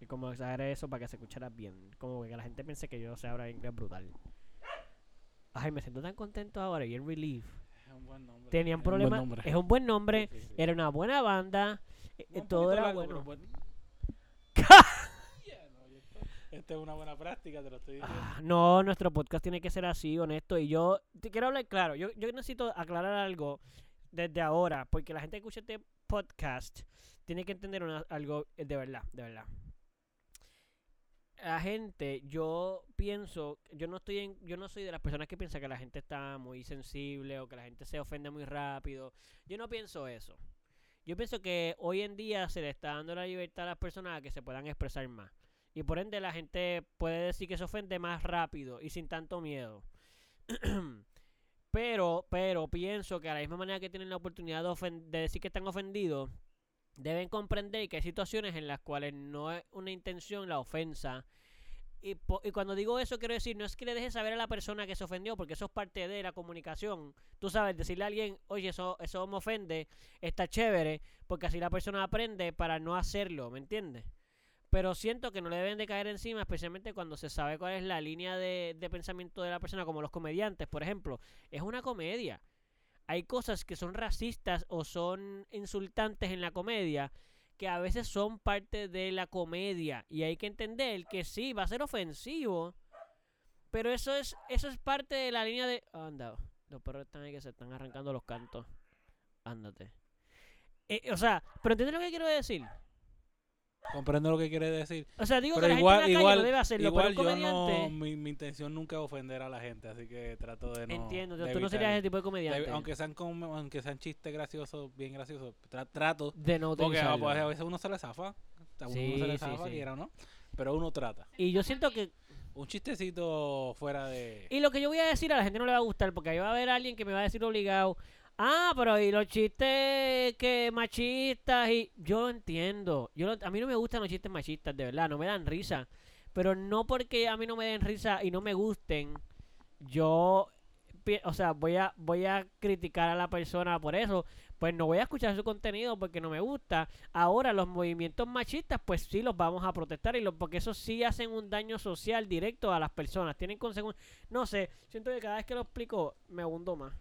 S2: Y como exageré eso para que se escuchara bien. Como que la gente piense que yo sé hablar inglés brutal. Ay, me siento tan contento ahora y en relief.
S3: Es un buen nombre.
S2: Tenían
S3: Es un buen
S2: problemas.
S3: nombre.
S2: es un buen nombre.
S3: Sí, sí, sí.
S2: Era una buena banda. eh, eh,
S3: Un
S2: todo
S3: poquito
S2: era
S3: largo,
S2: bueno.
S3: pero Ya, no, y esto- Esta es una buena práctica, te lo estoy diciendo.
S2: Ah, No, nuestro podcast tiene que ser así, honesto. Y yo te quiero hablar claro. Yo, yo necesito aclarar algo desde ahora. Porque la gente que escucha este podcast tiene que entender una- algo eh, de verdad, de verdad. La gente, yo pienso, yo no estoy en, yo no soy de las personas que piensa que la gente está muy sensible o que la gente se ofende muy rápido. Yo no pienso eso. Yo pienso que hoy en día se le está dando la libertad a las personas a que se puedan expresar más. Y por ende la gente puede decir que se ofende más rápido y sin tanto miedo. pero, pero pienso que a la misma manera que tienen la oportunidad de, ofen- de decir que están ofendidos, deben comprender que hay situaciones en las cuales no es una intención la ofensa. Y, po- y cuando digo eso, quiero decir, no es que le dejes saber a la persona que se ofendió, porque eso es parte de la comunicación. Tú sabes, decirle a alguien, oye, eso, eso me ofende, está chévere, porque así la persona aprende para no hacerlo, ¿me entiendes? pero siento que no le deben de caer encima, especialmente cuando se sabe cuál es la línea de, de pensamiento de la persona, como los comediantes, por ejemplo. Es una comedia. Hay cosas que son racistas o son insultantes en la comedia que a veces son parte de la comedia y hay que entender que sí, va a ser ofensivo, pero eso es eso es parte de la línea de... Anda, los perros están ahí que se están arrancando los cantos. Ándate. Eh, o sea, pero entiendes lo que quiero decir.
S3: Comprendo lo que quiere decir.
S2: O sea, digo
S3: Pero
S2: que la
S3: igual,
S2: gente en la calle
S3: igual,
S2: no debe hacerlo,
S3: igual
S2: pero un
S3: yo no,
S2: comediante...
S3: mi, mi intención nunca es ofender a la gente, así que trato de no.
S2: Entiendo,
S3: de
S2: tú no serías
S3: evitar-
S2: ese tipo de
S3: de-
S2: comediante.
S3: aunque sean com- aunque sean chistes graciosos, bien graciosos, tra- trato.
S2: de no
S3: Porque ah,
S2: utilizarlo.
S3: pues, a veces uno se le zafa, a uno
S2: Sí,
S3: se le
S2: sí,
S3: zafa,
S2: sí.
S3: quiera o no, pero uno trata.
S2: Y yo siento que...
S3: Un chistecito fuera de
S2: Y lo que yo voy a decir a la gente no le va a gustar, porque ahí va a haber alguien que me va a decir obligado... Ah, pero y los chistes que machistas y... Yo lo entiendo. Yo lo- A mí no me gustan los chistes machistas, de verdad, no me dan risa. Pero no porque a mí no me den risa y no me gusten, yo... pi- O sea, voy a, voy a criticar a la persona por eso. Pues no voy a escuchar su contenido porque no me gusta. Ahora los movimientos machistas, pues sí los vamos a protestar y los, porque eso sí hacen un daño social directo a las personas. Tienen consecuencias. No sé, siento que cada vez que lo explico me hundo más.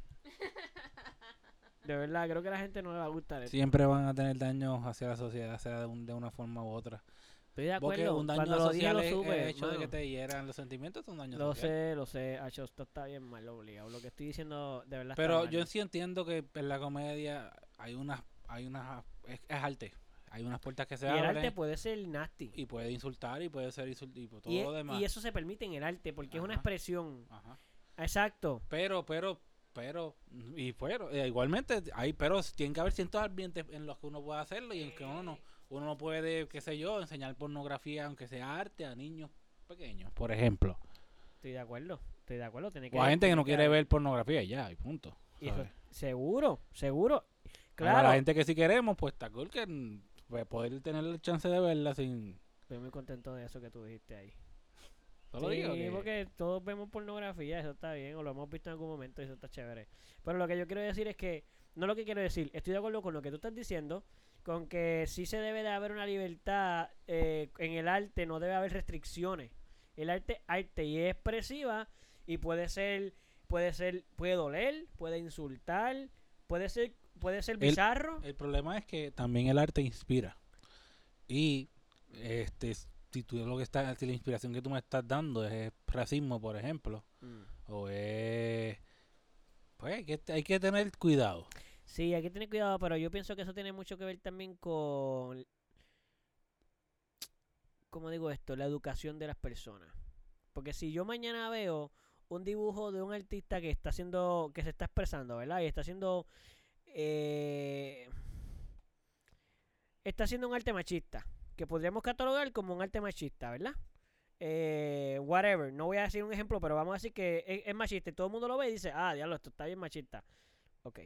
S2: De verdad, creo que a la gente no le va a gustar esto.
S3: siempre van a tener daños hacia la sociedad, sea de, un- de una forma u otra.
S2: Estoy de
S3: Porque
S2: acuerdo.
S3: un daño
S2: Cuando lo dije
S3: social
S2: lo
S3: es-
S2: supe.
S3: el hecho de que
S2: mano.
S3: te hieran los sentimientos es un daño
S2: Lo
S3: social.
S2: sé, lo sé. Acho, esto está bien mal, obligado. Lo que estoy diciendo, de verdad. está
S3: Pero
S2: mal.
S3: yo sí entiendo que en la comedia hay unas hay unas es, es arte, hay unas puertas que se
S2: Y el
S3: abren
S2: arte puede ser nasty. Y,
S3: y puede insultar y puede ser insultar y pues, todo
S2: e-
S3: lo demás.
S2: y eso se permite en el arte porque es una
S3: Ajá.
S2: expresión.
S3: Ajá.
S2: Exacto.
S3: Pero, pero, pero, y pero, eh, igualmente hay, pero tiene que haber ciertos ambientes en los que uno puede hacerlo y en que uno no, uno no puede, qué sé yo, enseñar pornografía, aunque sea arte, a niños pequeños, por ejemplo.
S2: Estoy de acuerdo. Estoy de acuerdo. Tiene que
S3: O a gente que no
S2: tiene
S3: quiere
S2: haber-
S3: ver pornografía y ya, y punto.
S2: Y eso-
S3: ¿sabes?
S2: seguro, seguro.
S3: Claro. Para la
S2: Claro.
S3: gente que sí queremos, pues está cool que mm, pues, poder tener el chance de verla sin.
S2: Estoy muy contento de eso que tú dijiste ahí.
S3: Solo
S2: sí,
S3: digo que-
S2: porque todos vemos pornografía, eso está bien, o lo hemos visto en algún momento y eso está chévere. Pero lo que yo quiero decir es que, no lo que quiero decir, estoy de acuerdo con lo que tú estás diciendo, con que sí se debe de haber una libertad eh, en el arte, no debe haber restricciones. El arte es arte y es expresiva y puede ser, puede ser, puede doler, puede insultar, puede ser, puede ser bizarro.
S3: El eh, problema es que también el arte inspira. Y este si tú lo que estás, si la inspiración que tú me estás dando es racismo, por ejemplo,
S2: Mm.
S3: o es pues hay que, hay que tener cuidado.
S2: Sí, hay que tener cuidado, pero yo pienso que eso tiene mucho que ver también con, ¿cómo digo esto? La educación de las personas. Porque si yo mañana veo un dibujo de un artista que está haciendo, que se está expresando, ¿verdad? Y está haciendo, eh, está haciendo un arte machista, que podríamos catalogar como un arte machista, ¿verdad? Eh, whatever, no voy a decir un ejemplo, pero vamos a decir que es, es machista y todo el mundo lo ve y dice, ah, diablo, esto está bien machista. Ok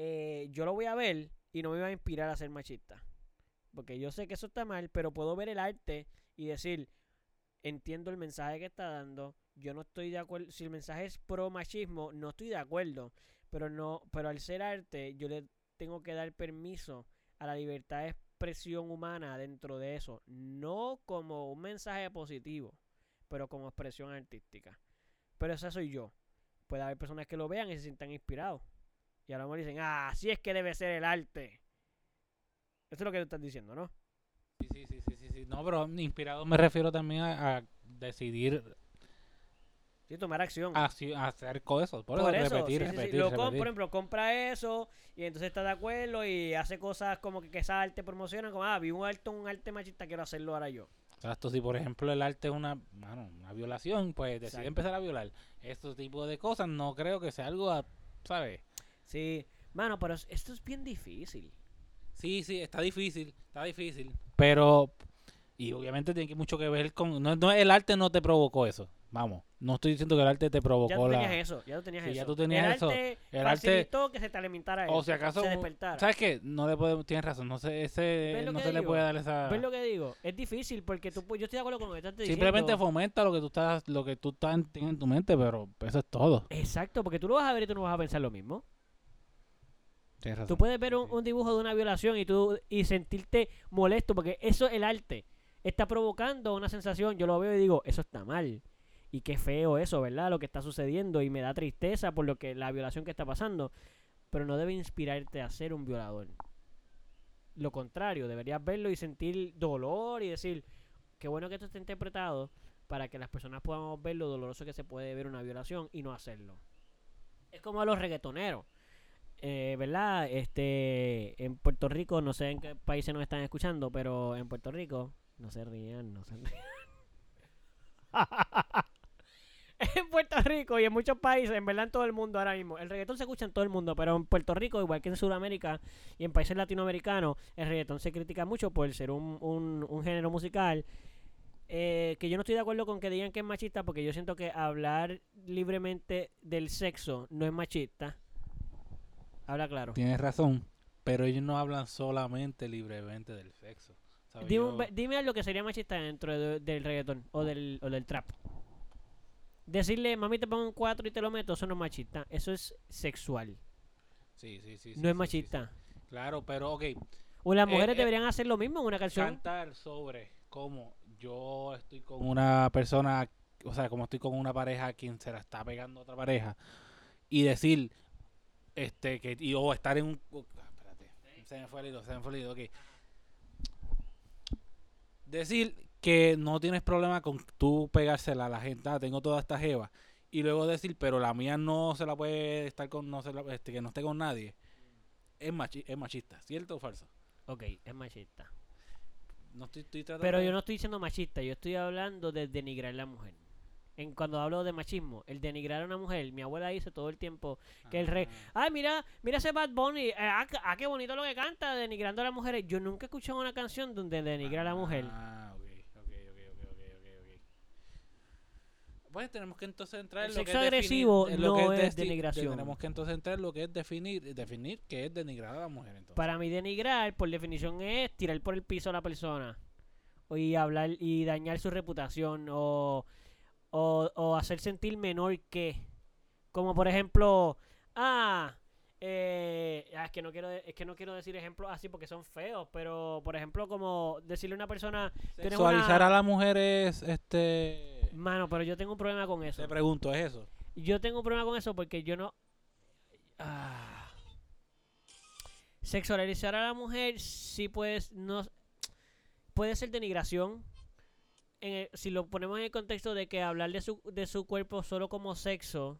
S2: eh, yo lo voy a ver y no me va a inspirar a ser machista. Porque yo sé que eso está mal, pero puedo ver el arte y decir, entiendo el mensaje que está dando, yo no estoy de acuerdo, si el mensaje es pro machismo, no estoy de acuerdo, pero no, pero al ser arte, yo le tengo que dar permiso a la libertad de expresión humana dentro de eso, no como un mensaje positivo, pero como expresión artística. Pero esa soy yo. Puede haber personas que lo vean y se sientan inspirados. Y a lo mejor dicen, ah, así es que debe ser el arte. Eso es lo que tú estás diciendo, ¿no?
S3: Sí, sí, sí, sí, sí, sí. No, pero inspirado me refiero también a, a decidir
S2: Sí, tomar acción.
S3: haci- hacer cosas, por,
S2: Por
S3: eso,
S2: eso,
S3: Ah, repetir,
S2: sí, sí, sí.
S3: repetir,
S2: Lo
S3: repetir.
S2: com- por ejemplo, compra eso y entonces está de acuerdo y hace cosas como que, que esa arte promociona, como, ah, vi un arte, un arte machista, quiero hacerlo ahora yo.
S3: Exacto, si por ejemplo el arte es una, mano, una violación, pues decide
S2: Exacto.
S3: empezar a violar. Estos tipos de cosas no creo que sea algo, a- ¿sabes?
S2: Sí, mano, pero es- esto es bien difícil.
S3: Sí, sí, está difícil, está difícil. Pero, y obviamente tiene que mucho que ver con, no, no, el arte no te provocó eso, vamos. No estoy diciendo que el arte te
S2: Ya tú
S3: provocó
S2: tenías
S3: la...
S2: eso, ya tú tenías
S3: Sí,
S2: eso.
S3: ya tú tenías
S2: el
S3: eso.
S2: Arte
S3: El arte-
S2: facilitó que se te alimentara eso.
S3: O si acaso,
S2: se despertara.
S3: ¿sabes qué? No le podemos, tienes razón, no se, ese,
S2: ¿Ves lo
S3: no
S2: que
S3: se le
S2: digo?
S3: puede dar esa...
S2: ¿Ves lo que digo? Es difícil porque tú, pu- yo estoy de acuerdo con lo que estás diciendo.
S3: Simplemente fomenta lo que tú estás, lo que tú estás en, en tu mente, pero eso es todo.
S2: Exacto, porque tú lo vas a ver y tú no vas a pensar lo mismo.
S3: Tienes razón.
S2: Tú puedes ver un,
S3: Sí.
S2: un dibujo de una violación y tú y sentirte molesto porque eso es el arte. Está provocando una sensación, yo lo veo y digo, eso está mal. Y qué feo eso, ¿verdad? Lo que está sucediendo y me da tristeza por lo que la violación que está pasando, pero no debe inspirarte a ser un violador. Lo contrario, deberías verlo y sentir dolor y decir, qué bueno que esto está interpretado para que las personas podamos ver lo doloroso que se puede ver una violación y no hacerlo. Es como a los reggaetoneros eh, ¿verdad? Este, en Puerto Rico, no sé en qué países nos están escuchando, pero en Puerto Rico, no se rían, no se rían. en Puerto Rico y en muchos países, en verdad en todo el mundo ahora mismo, el reggaetón se escucha en todo el mundo, pero en Puerto Rico, igual que en Sudamérica y en países latinoamericanos, el reggaetón se critica mucho por ser un, un, un género musical. eh, que yo no estoy de acuerdo con que digan que es machista porque yo siento que hablar libremente del sexo no es machista. Habla claro.
S3: Tienes razón, pero ellos no hablan solamente libremente del sexo. ¿sabes?
S2: Dime,
S3: Yo-
S2: un- dime algo que sería machista dentro de- del reggaetón
S3: Oh.
S2: o del, o del trap. Decirle, mami, te pongo un 4 y te lo meto, eso no es machista. Eso es sexual.
S3: sí, sí, sí, sí,
S2: no
S3: sí,
S2: es
S3: sí,
S2: machista.
S3: sí. Claro, pero ok,
S2: O las
S3: Eh,
S2: mujeres
S3: eh,
S2: deberían hacer lo mismo en una canción.
S3: cantar sobre cómo yo estoy con una persona, o sea, como estoy con una pareja quien se la está pegando a otra pareja y decir este que y o estar en un oh, espérate, se me fue el hilo, se me fue el hilo, ok. Decir que no tienes problema con tú pegársela a la gente, ah, tengo toda esta jeva y luego decir, pero la mía no se la puede estar con no se la- este que no esté con nadie. Es, machi- es machista, ¿cierto o falso?
S2: Ok, es machista.
S3: No estoy, estoy tratando
S2: Pero
S3: de-
S2: yo no estoy diciendo machista, yo estoy hablando de denigrar a la mujer. En cuando hablo de machismo, el denigrar a una mujer, mi abuela dice todo el tiempo que el rey, ay mira, mira ese Bad Bunny, eh, ah, c- ah, qué bonito lo que canta denigrando a las mujeres. Yo nunca he escuchado una canción donde denigra a la mujer.
S3: Ah, ok, ok, ok, ok, ok, ok, ok. pues tenemos que entonces entrar en
S2: El
S3: lo que
S2: sexo
S3: es definir-
S2: agresivo
S3: en lo que
S2: no es
S3: desti-
S2: denigración.
S3: Tenemos que entonces entrar en lo que es definir, definir qué es denigrar a la mujer. Entonces.
S2: Para mí denigrar, por definición, es tirar por el piso a la persona. o- Y hablar y dañar su reputación o, o, o hacer sentir menor que. Como por ejemplo, ah, eh, ah, es, que no quiero, de- es que no quiero decir ejemplos así porque son feos, pero por ejemplo como decirle a una persona, tienes
S3: Sexualizar
S2: una-
S3: a la mujer es, este...
S2: mano, pero yo tengo un problema con eso.
S3: Te pregunto, ¿es eso?
S2: Yo tengo un problema con eso porque yo no. Ah. Sexualizar a la mujer sí puedes. No, puede ser denigración. En el- si lo ponemos en el contexto de que hablar de su, de su cuerpo solo como sexo.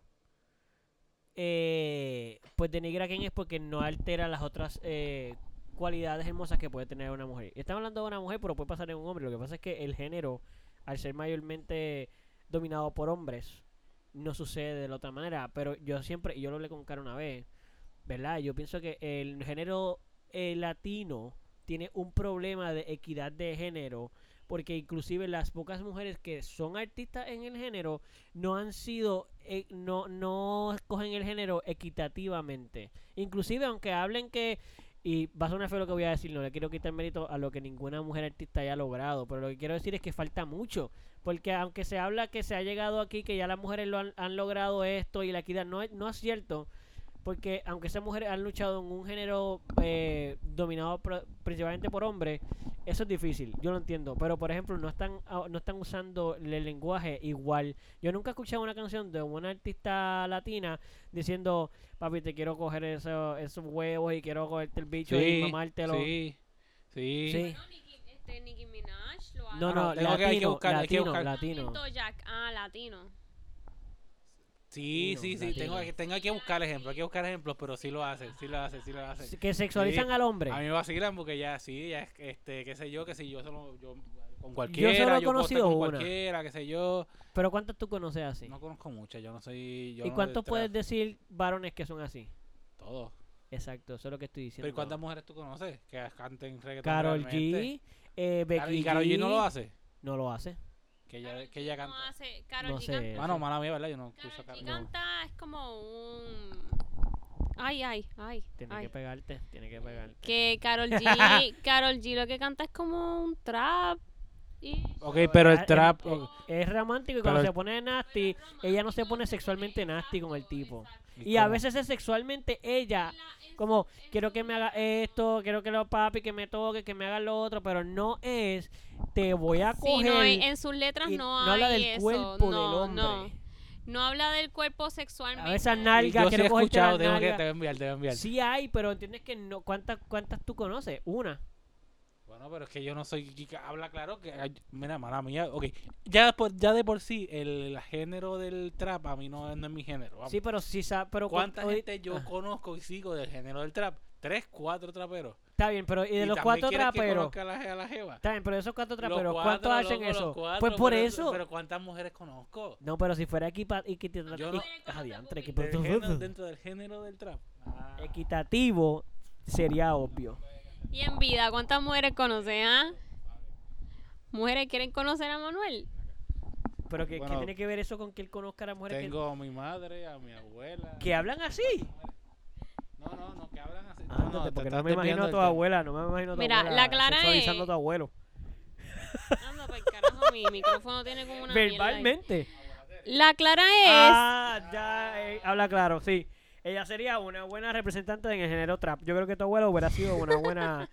S2: eh, pues denigra a quien es porque no altera las otras eh, cualidades hermosas que puede tener una mujer. Estamos hablando de una mujer, pero puede pasar en un hombre. Lo que pasa es que el género, al ser mayormente dominado por hombres, no sucede de la otra manera. Pero yo siempre, y yo lo hablé con Cara una vez, ¿verdad? Yo pienso que el género eh, latino tiene un problema de equidad de género. Porque inclusive las pocas mujeres que son artistas en el género no han sido, eh, no, no escogen el género equitativamente. Inclusive aunque hablen que, y va a sonar feo lo que voy a decir, no le quiero quitar mérito a lo que ninguna mujer artista haya logrado, pero lo que quiero decir es que falta mucho. Porque aunque se habla que se ha llegado aquí, que ya las mujeres lo han, han logrado esto y la equidad, no es, no es cierto. Porque aunque esas mujeres han luchado en un género eh, dominado pro- principalmente por hombres, eso es difícil, yo lo entiendo. Pero por ejemplo, no están, ah, no están usando el lenguaje igual. Yo nunca he escuchado una canción de una artista latina diciendo, papi, te quiero coger eso- esos huevos y quiero cogerte el bicho y mamártelo.
S3: sí, sí.
S2: Sí.
S1: No, Nicki, este, Nicki Minaj lo hace.
S2: No, no,
S3: no, tengo que- hay que
S2: latino,
S3: buscar, hay que
S2: latino,
S3: buscar.
S2: latino.
S1: Jack, ah, latino.
S3: Sí,
S2: Latino,
S3: sí, sí,
S2: latino.
S3: tengo, que- tengo que buscar ejemplos, hay que buscar ejemplos, pero sí lo hacen, sí lo hacen, sí lo hacen.
S2: Que sexualizan
S3: Sí.
S2: al hombre.
S3: A mí me vacilan porque ya, sí, ya, es- este, qué sé yo, qué sé yo, solo, yo con cualquiera,
S2: solo he
S3: yo puedo estar
S2: conocido
S3: con
S2: una.
S3: cualquiera, qué sé yo.
S2: Pero ¿cuántas tú conoces así?
S3: No conozco muchas, yo no soy... Yo
S2: ¿Y
S3: no
S2: cuántos
S3: detrás-
S2: puedes decir varones que son así?
S3: Todos.
S2: Exacto, eso es lo que estoy diciendo.
S3: Pero ¿y cuántas mujeres tú conoces que canten reggaetón
S2: Carol
S3: realmente?
S2: G, eh, Becky
S3: ¿Y Karol G no lo hace?
S2: No lo hace.
S3: Que ella, que ella
S1: No
S3: canta.
S1: hace, Karol
S2: No
S1: G
S2: sé.
S1: canta.
S3: Mano, mala mía, ¿verdad? Yo no escucho a
S1: Karol
S3: Karol
S1: G
S3: G.
S1: canta es como un... Ay, ay, ay,
S2: Tiene
S1: ay.
S2: que pegarte, tiene que pegarte.
S1: Que Carol G, Carol G lo que canta es como un trap. Y
S3: Ok, pero
S2: Ah,
S3: el trap...
S2: eh,
S3: ok.
S2: Es romántico y cuando
S3: Pero-
S2: se pone nasty, ella no se pone sexualmente nasty con el tipo. Ah, Y a
S3: cómo?
S2: veces es sexualmente ella, como quiero que me haga esto, quiero que lo papi, que me toque, que me haga lo otro, pero no es te voy a
S1: Sí,
S2: coger.
S1: no hay- en sus letras
S2: y
S1: no hay
S2: habla del
S1: eso. no,
S2: cuerpo del hombre.
S1: No. No habla del cuerpo sexualmente.
S2: A esa
S3: Sí,
S2: nalga,
S3: Yo sí
S2: quiero
S3: he
S2: cogerte la
S3: escuchado, tengo que, te
S2: nalga.
S3: voy a enviar, te voy a enviar.
S2: Sí hay, pero entiendes que no. ¿Cuántas, cuántas tú conoces? Una.
S3: Bueno, pero es que yo no soy. y que Habla claro que. ay, Mira, mala mía. Ok. Ya, por, ya de por sí, el, género del trap a mí no, no es mi género. vamos.
S2: Sí, pero sí sa- pero cuan-
S3: ¿Cuánta
S2: hoy-
S3: gente yo
S2: Ah,
S3: conozco y sigo del género del trap? Tres, cuatro traperos.
S2: Está bien, pero y de
S3: Y
S2: los
S3: también
S2: cuatro
S3: quieres que
S2: traperos.
S3: conozca a la, a la jeva.
S2: Está bien, pero esos cuatro
S3: Los
S2: traperos,
S3: cuatro,
S2: ¿cuántos hacen
S3: loco, los
S2: eso?
S3: cuatro,
S2: pues por
S3: pero-
S2: eso.
S3: Pero ¿cuántas mujeres conozco?
S2: No, pero si fuera equipa- equitativo.
S3: Yo no-
S2: Ah, diantre, equipa-
S3: Del género- dentro del género del trap. Ah.
S2: Equitativo sería obvio.
S1: Y en vida, ¿cuántas mujeres conoces, ah? ¿Mujeres quieren conocer a Manuel?
S2: Pero que, que
S3: Bueno,
S2: tiene que ver eso con que él conozca a las mujeres que-
S3: Tengo a mi madre, a mi abuela.
S2: que, hablan así.
S3: No, no, Ah, no, que hablan así.
S2: Ándate,
S3: te
S2: porque
S3: estás
S2: Ah, no me imagino
S3: desviando
S2: a
S3: del
S2: tu
S3: tema.
S2: abuela, no me imagino a tu
S1: Mira,
S2: abuela
S1: la clara es-
S2: sexualizando a tu abuelo.
S1: Anda, pa'l carajo, mi micrófono tiene como una mierda ahí.
S2: Verbalmente.
S1: La clara es...
S2: Ah, ya, eh, habla claro, sí. Ella sería una buena representante en el género trap. Yo creo que tu abuela hubiera sido una buena.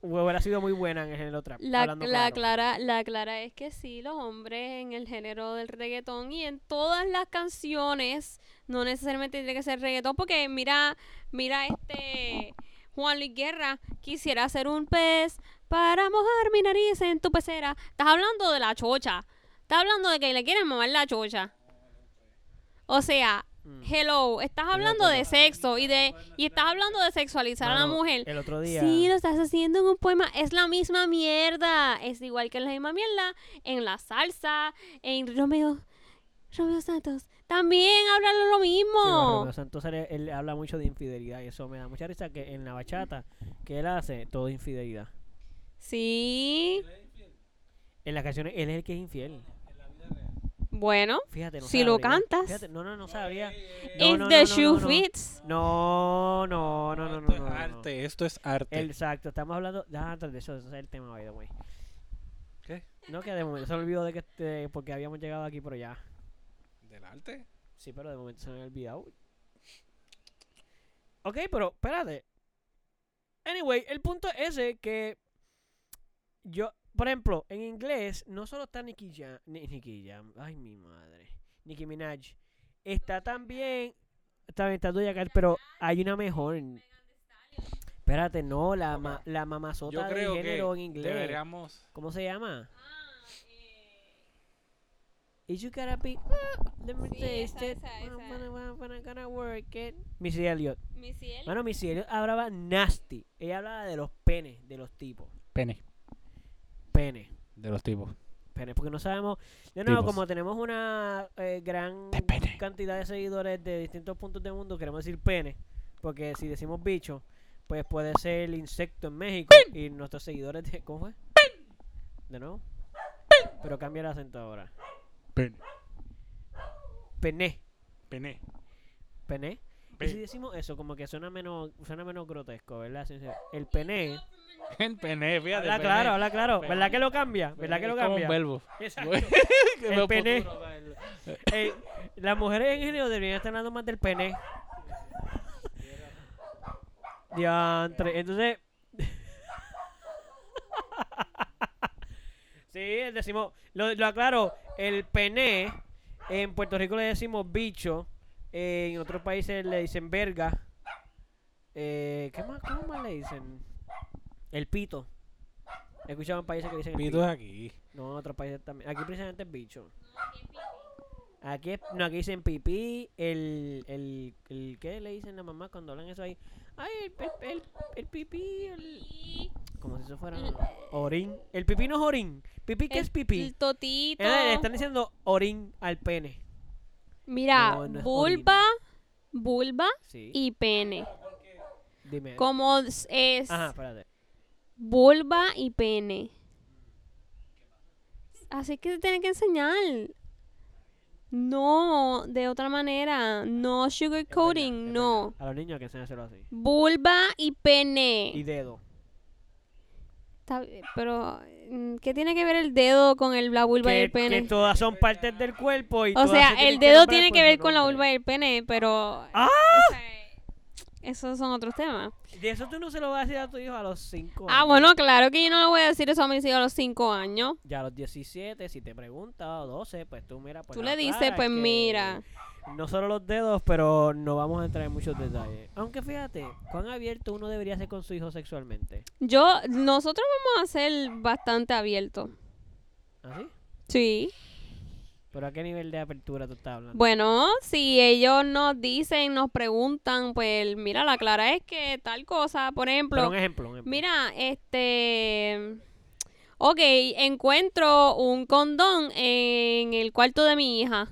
S2: hubiera sido muy buena en el género trap.
S1: La,
S2: hablando
S1: la
S2: claro.
S1: clara, la clara es que sí, los hombres en el género del reggaetón y en todas las canciones, no necesariamente tiene que ser reggaetón, porque mira, mira este Juan Luis Guerra, quisiera ser un pez para mojar mi nariz en tu pecera. Estás hablando de la chocha, estás hablando de que le quieren mamar la chocha. O sea,
S2: Mm.
S1: hello, estás hablando de sexo y de y estás hablando de sexualizar a la
S2: Mano,
S1: mujer.
S2: El otro día.
S1: Sí, lo estás haciendo en un poema. Es la misma mierda. Es igual que la misma mierda en la salsa, en Romeo, Romeo Santos. También hablan lo
S2: Sí, no,
S1: mismo.
S2: Romeo Santos él, él habla mucho de infidelidad y eso me da mucha risa que en la bachata que él hace todo es infidelidad.
S1: Sí.
S2: En las canciones él es el que es infiel.
S1: Bueno,
S2: Fíjate, no
S1: Si lo
S2: sabría.
S1: cantas.
S2: Fíjate, no, no, no sabría. No,
S1: if
S2: no,
S1: the
S2: no, no,
S1: shoe
S2: no, no.
S1: fits.
S2: No, no, no, no, no.
S3: esto
S2: no, no,
S3: es
S2: no.
S3: arte, esto es arte.
S2: Exacto, estamos hablando. Ya antes de eso, ese es el tema, by the way.
S3: ¿Qué?
S2: No, que de momento se me olvidó de que este, porque habíamos llegado aquí, pero ya.
S3: ¿Del arte?
S2: Sí, pero de momento se me ha olvidado. Ok, pero espérate. Anyway, el punto es ese que yo, por ejemplo, en inglés no solo está Nicki Jam, Ni- Nicki Jam, ay mi madre, Nicki Minaj, está también, también está Doja Cat, pero hay una mejor. Espérate, no, la, ma- la
S3: Yo
S2: mamazota de
S3: creo que
S2: género en inglés.
S3: deberíamos...
S2: ¿Cómo se llama?
S1: Ah, eh,
S2: Is you gotta be. uh, Let me
S1: Sí,
S2: este, taste
S1: esa,
S2: it.
S1: esa, esa.
S2: Wanna, wanna, wanna, gonna work it. Missy Elliott.
S1: Mi cielo.
S2: Bueno, Missy Elliott hablaba nasty. Ella hablaba de los penes de los tipos.
S3: Pene.
S2: Penes.
S3: De los tipos.
S2: Penes, porque no sabemos. De nuevo,
S3: Tipos.
S2: como tenemos una eh, gran
S3: De pene.
S2: cantidad de seguidores de distintos puntos del mundo, queremos decir pene. Porque si decimos bicho, pues puede ser el insecto en México. Y nuestros seguidores. De, ¿Cómo fue? De nuevo. Pero cambia el acento ahora.
S3: Pene.
S2: Pene.
S3: Pene.
S2: Pené. Y
S3: Pe-
S2: si decimos eso, como que suena menos, suena menos grotesco, ¿verdad? Sí, sí. El pené.
S3: El pene, fíjate.
S2: Habla
S3: pene.
S2: claro, habla claro.
S3: Pe-
S2: ¿Verdad que lo cambia?
S3: Pene
S2: ¿Verdad que lo
S3: es como un
S2: cambia?
S3: verbo.
S2: Exacto.
S3: Que
S2: El
S3: veo
S2: pene.
S3: futuro, o sea, el-
S2: Ey, las mujeres en género deberían estar hablando más del pené. Diantre. Entonces. sí, decimos. Lo, lo aclaro. El pené. En Puerto Rico le decimos bicho. eh, en otros países le dicen verga. Eh, ¿qué más, ¿Cómo más le dicen? El pito. He escuchado en países que dicen el pito.
S3: Pito es aquí.
S2: No, en otros países también.
S1: Ah.
S2: Aquí precisamente es bicho. Aquí es- no, aquí dicen pipí, el, el, el, ¿qué le dicen a mamá cuando hablan eso ahí? Ay, el, el, el, el pipí, el, como si eso fuera orín. El pipí no es orín. ¿Pipí qué
S1: El-
S2: es pipí?
S1: El totito.
S2: Eh, Le están diciendo orín al pene.
S1: Mira,
S2: No, no es
S1: vulva, vulva
S2: Sí.
S1: y pene.
S2: Dime.
S1: Como s- es
S2: Ajá, espérate.
S1: vulva y pene. Así que se tiene que enseñar. No, de otra manera. No
S2: Es verdad,
S1: sugarcoating,
S2: es
S1: no.
S2: verdad. A los niños hay que enseñárselo así.
S1: Vulva y pene.
S2: Y dedo.
S1: Está bi- pero, mm, ¿qué tiene que ver el dedo con el, la vulva y
S2: Que,
S1: el pene?
S2: que todas son partes del cuerpo y
S1: O
S2: todas se
S1: sea,
S2: tienen
S1: el dedo
S2: nombrar
S1: tiene
S2: por
S1: que
S2: su
S1: ver con la
S2: nombre.
S1: vulva y el pene, pero...
S2: ¡Ah!
S1: o sea, esos son otros temas.
S2: De eso tú no se lo vas a decir a tu hijo a los 5
S1: Ah, bueno, claro que yo no le voy a decir eso a mis hijos a los 5 años.
S2: Ya a los 17, si te pregunta, o 12, pues tú mira. Pues
S1: Tú
S2: la
S1: le dices,
S2: clara es
S1: pues
S2: que
S1: mira.
S2: No solo los dedos, pero no vamos a entrar en muchos detalles. Aunque fíjate, cuán abierto uno debería ser con su hijo sexualmente.
S1: Yo, nosotros vamos a ser bastante abiertos.
S2: ¿Así?
S1: Sí.
S2: ¿Pero a qué nivel de apertura tú estás hablando?
S1: Bueno, si ellos nos dicen, nos preguntan, pues mira, la clara es que tal cosa, por
S2: Pero
S1: ejemplo,
S2: un ejemplo, un ejemplo.
S1: mira, este... Ok, encuentro un condón en el cuarto de mi hija.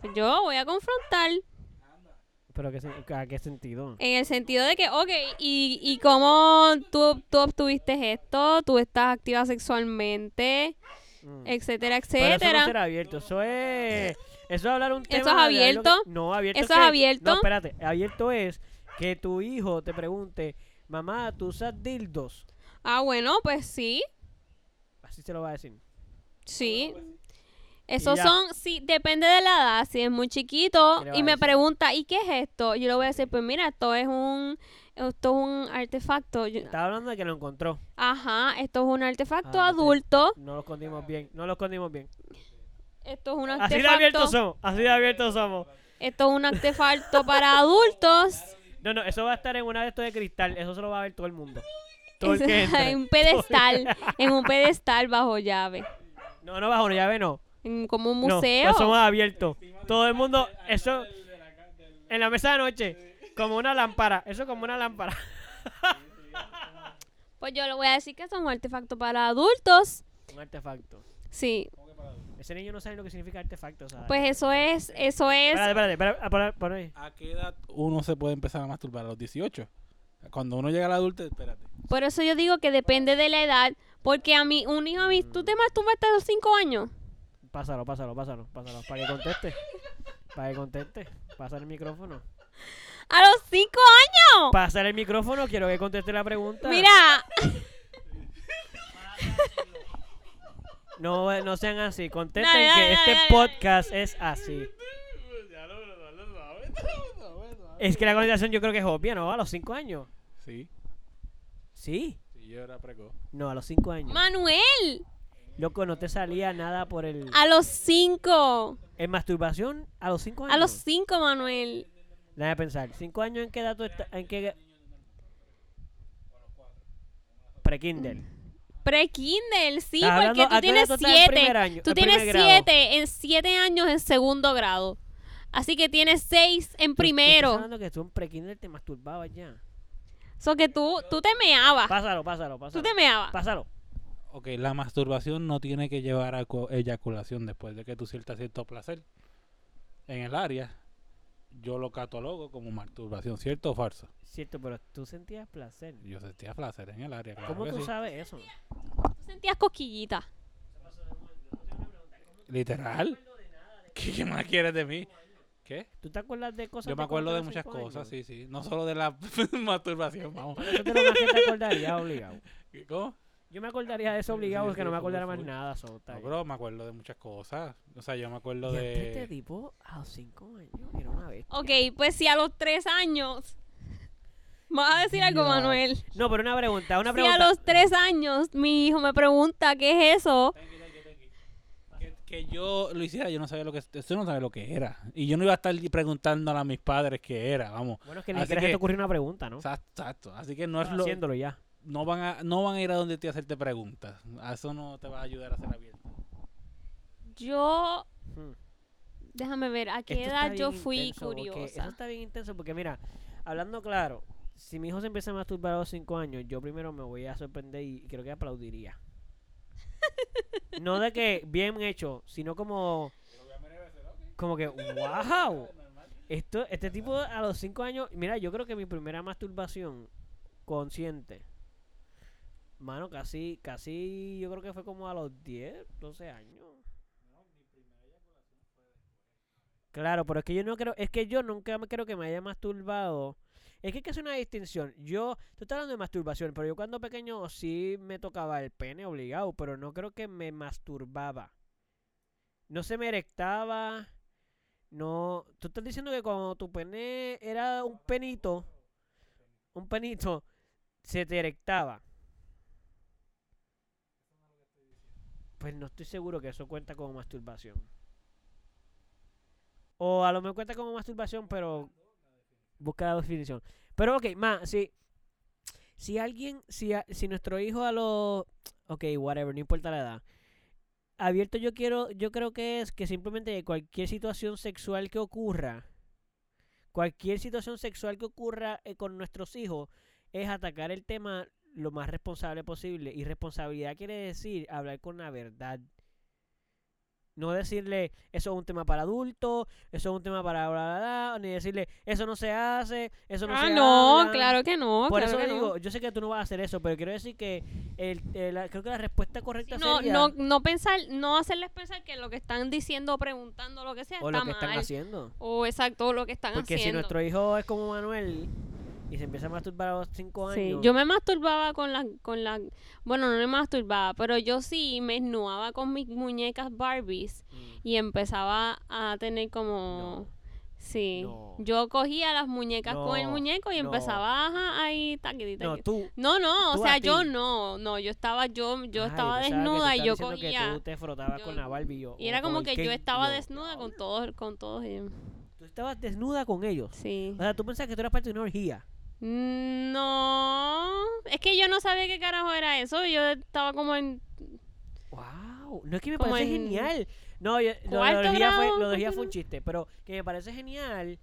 S1: Pues Yo voy a confrontar
S2: ¿Pero qué, sen- a qué sentido?
S1: En el sentido de que, ok, ¿y, y cómo tú, tú obtuviste esto? ¿Tú estás activa sexualmente?
S2: Mm.
S1: Etcétera,
S2: Pero eso no
S1: etcétera.
S2: será abierto, eso es... Eso es hablar un tema...
S1: es
S2: de algo
S1: abierto?
S2: que- no, abierto
S1: ¿Eso
S2: que-
S1: es abierto?
S2: No, espérate, abierto es que tu hijo te pregunte, mamá, ¿tú usas dildos?
S1: Ah, bueno, pues sí,
S2: Así se lo va a decir. Ah,
S1: sí. Esos
S2: pues ya.
S1: son, sí, depende de la edad. Si es muy chiquito
S2: ¿Qué le vas
S1: y
S2: a
S1: me
S2: decir?
S1: pregunta, ¿y qué es esto? Yo le voy a decir, pues mira, esto es un, esto es un artefacto. Yo-
S2: Estaba hablando de que lo encontró.
S1: ajá, esto es un artefacto
S2: Ah, ok.
S1: adulto.
S2: No lo escondimos bien, no lo escondimos bien.
S1: Esto es un
S2: Así de abiertos
S1: artefacto.
S2: somos, así de abiertos somos.
S1: Esto es un artefacto para adultos.
S2: No, no, eso va a estar en una de estos de cristal, eso se lo va a ver todo el mundo. Todo el que entre.
S1: en un pedestal, en un pedestal bajo llave,
S2: No, no, bajo llave no.
S1: en como un
S2: No,
S1: museo.
S2: pues somos abiertos. Todo el mundo, eso en la mesa de noche, como una lámpara, eso como una lámpara.
S1: Pues yo le voy a decir que son un artefacto para adultos.
S2: Un artefacto.
S1: Sí,
S2: Ese niño no sabe lo que significa artefacto, o sea.
S1: pues eso es, eso es.
S2: espérate, espérate, espérate, ah, por- por ahí.
S3: ¿A qué edad uno se puede empezar a masturbar? A los 18. Cuando uno llega a la adulta, espérate.
S1: Por eso yo digo que depende de la edad, porque a mí un hijo a mí, tú te masturbas hasta los 5 años.
S2: Pásalo, pásalo, pásalo, pásalo. Para que conteste. Para que conteste. Pásale el micrófono.
S1: ¡A los cinco años!
S2: Pásale el micrófono, quiero que conteste la pregunta.
S1: Mira,
S2: No, eh, no sean así, contesten
S1: Dale, dale,
S2: que
S1: dale,
S2: este
S1: dale.
S2: podcast es así.
S3: Pues
S2: Es que la contestación yo creo que es obvia, ¿no? A los 5 años.
S3: Sí,
S2: Sí.
S3: sí, yo era precoz.
S2: No, a los 5 años.
S1: Manuel,
S2: Loco, no te salía nada por el...
S1: a los cinco.
S2: En masturbación, a los 5 años.
S1: A los cinco, Manuel.
S2: Nada de pensar. ¿Cinco años en qué edad tú estás? ¿En qué...? Pre-Kindle.
S1: Pre-Kindle, sí,
S2: Estás
S1: porque
S2: hablando- ¿a
S1: tú
S2: qué edad
S1: tienes
S2: tú estás en primer año-
S1: siete. Tú
S2: en
S1: tienes
S2: primer grado?
S1: siete en siete años en segundo grado. Así que tienes seis en
S2: Estás
S1: primero.
S2: hablando que tú en pre-Kindle te masturbabas ya.
S1: So que tú, tú te meabas.
S2: Pásalo, pásalo,
S1: Ah. Tú
S2: pásalo.
S1: te meabas.
S2: Pásalo.
S3: Ok, la masturbación no tiene que llevar a co- eyaculación después de que tú sientas cierto placer en el área. Yo lo catalogo como masturbación, ¿cierto o falso?
S2: Cierto, pero tú sentías placer.
S3: Yo sentía placer en el área. claro
S2: ¿Cómo
S3: que
S2: tú
S3: sí.
S2: sabes eso?
S1: Tú sentías cosquillitas.
S3: Literal. ¿Qué, qué más quieres de mí? ¿Qué?
S2: ¿Tú te acuerdas de cosas
S3: Yo me
S2: de cuando
S3: acuerdo de
S2: tenías
S3: muchas
S2: cinco
S3: cosas,
S2: años?
S3: sí, sí. No solo de la masturbación, vamos.
S2: Eso es de lo más que te acordarías obligado.
S3: ¿Cómo?
S2: Yo me acordaría de eso
S3: Sí,
S2: obligado
S3: sí,
S2: porque
S3: sí,
S2: no me
S3: full,
S2: acordara más
S3: full.
S2: nada. Eso, está
S3: No,
S2: bien.
S3: bro, me acuerdo de muchas cosas. O sea, yo me acuerdo
S2: Y antes este
S3: de...
S2: tipo a los 5 años era una bestia.
S1: Ok, pues si a los tres años. Vas a decir algo,
S2: Dios.
S1: Manuel.
S2: No, pero una pregunta,
S1: Si
S2: una
S1: a
S2: pregunta.
S1: los tres años mi hijo me pregunta qué es eso,
S3: Que, que yo lo hiciera, yo no sabía lo que... Tú no sabes lo que era. Y yo no iba a estar preguntándole a mis padres qué era, vamos.
S2: Bueno, es que ni
S3: Así
S2: siquiera se
S3: que-
S2: te ocurrió una pregunta, ¿no? Ah,
S3: Exacto, exacto. Así que no es
S2: Estás
S3: lo...
S2: haciéndolo ya.
S3: No van, a, no van a ir a donde te hacerte preguntas. A eso no te va a ayudar a ser abierto.
S1: yo.
S3: Mm.
S2: Hmm.
S1: Déjame ver, ¿a qué
S2: Esto está
S1: edad yo
S2: bien
S1: fui
S2: intenso, porque Eso
S1: curiosa?
S2: está bien intenso porque, mira, hablando claro, si mi hijo se empieza a masturbar a los 5 años, yo primero me voy a sorprender y creo que aplaudiría. no de que bien hecho, sino como. Como que, wow. Esto, este tipo a los 5 años. Mira, yo creo que mi primera masturbación consciente. Mano, casi, casi, yo creo que fue como a los 10, 12 años. Claro, pero es que yo no creo, es que yo nunca me creo que me haya masturbado. Es que hay que hacer una distinción. Yo, tú estás hablando de masturbación, pero yo cuando pequeño sí me tocaba el pene obligado, pero no creo que me masturbaba. No se me erectaba. No, tú estás diciendo que cuando tu pene era un penito, un penito, se te erectaba. Pues no estoy seguro que eso cuenta como masturbación. O a lo mejor cuenta como masturbación, pero busca la definición. Pero ok, más, si, si alguien, si, a- si nuestro hijo a los... Ok, whatever, no importa la edad. Abierto yo quiero, yo creo que es que simplemente cualquier situación sexual que ocurra, cualquier situación sexual que ocurra eh, con nuestros hijos, es atacar el tema lo más responsable posible. Y responsabilidad quiere decir hablar con la verdad. No decirle, eso es un tema para adultos, eso es un tema para bla, bla, bla", ni decirle, eso no se hace, eso no
S1: Ah,
S2: se
S1: no,
S2: habla".
S1: claro que no.
S2: Por
S1: claro
S2: eso
S1: que
S2: le
S1: no.
S2: digo, yo sé que tú no vas a hacer eso, pero quiero decir que el, eh, la- creo que la respuesta correcta
S1: no,
S2: sería
S1: no, no pensar, no hacerles pensar que lo que están diciendo, preguntando, lo que sea,
S2: o
S1: está
S2: lo que están
S1: mal.
S2: haciendo.
S1: O exacto, lo que están
S2: Porque si
S1: haciendo.
S2: nuestro hijo es como Manuel y se empieza a masturbar a los 5
S1: Sí,
S2: años,
S1: yo me masturbaba con las, con las, bueno, no me masturbaba, pero yo sí me esnuaba con mis muñecas Barbies
S2: Mm.
S1: y empezaba a tener
S2: No.
S1: como, sí,
S2: No.
S1: yo cogía las muñecas con el
S2: No,
S1: muñeco y
S2: no.
S1: empezaba ajá, ahí, taquiti,
S2: no,
S1: taquiti.
S2: tú.
S1: No, no, o
S2: tú a
S1: sea,
S2: ti.
S1: yo no, no, yo estaba, yo, yo
S2: Ah,
S1: estaba
S2: pensaba que tú
S1: desnuda y yo
S2: estabas diciendo
S1: cogía.
S2: Que tú te frotabas
S1: yo-
S2: con la Barbie y yo.
S1: Y era
S2: o con
S1: como
S2: el
S1: que yo
S2: Ken,
S1: estaba
S2: y yo,
S1: desnuda con
S2: "Diablo".
S1: todos, con todos ellos.
S2: Tú estabas desnuda con ellos.
S1: Sí. Mm,
S2: O sea, tú pensabas que tú eras parte de una orgía.
S1: No, es que yo no sabía qué carajo era eso. Yo estaba como en
S2: ¡Wow! No es que me
S1: Como
S2: parece
S1: en
S2: genial. No, yo- lo de
S1: cuarto
S2: orgía fue,
S1: grado,
S2: lo de orgía
S1: más o
S2: fue un
S1: menos.
S2: chiste, pero que me parece genial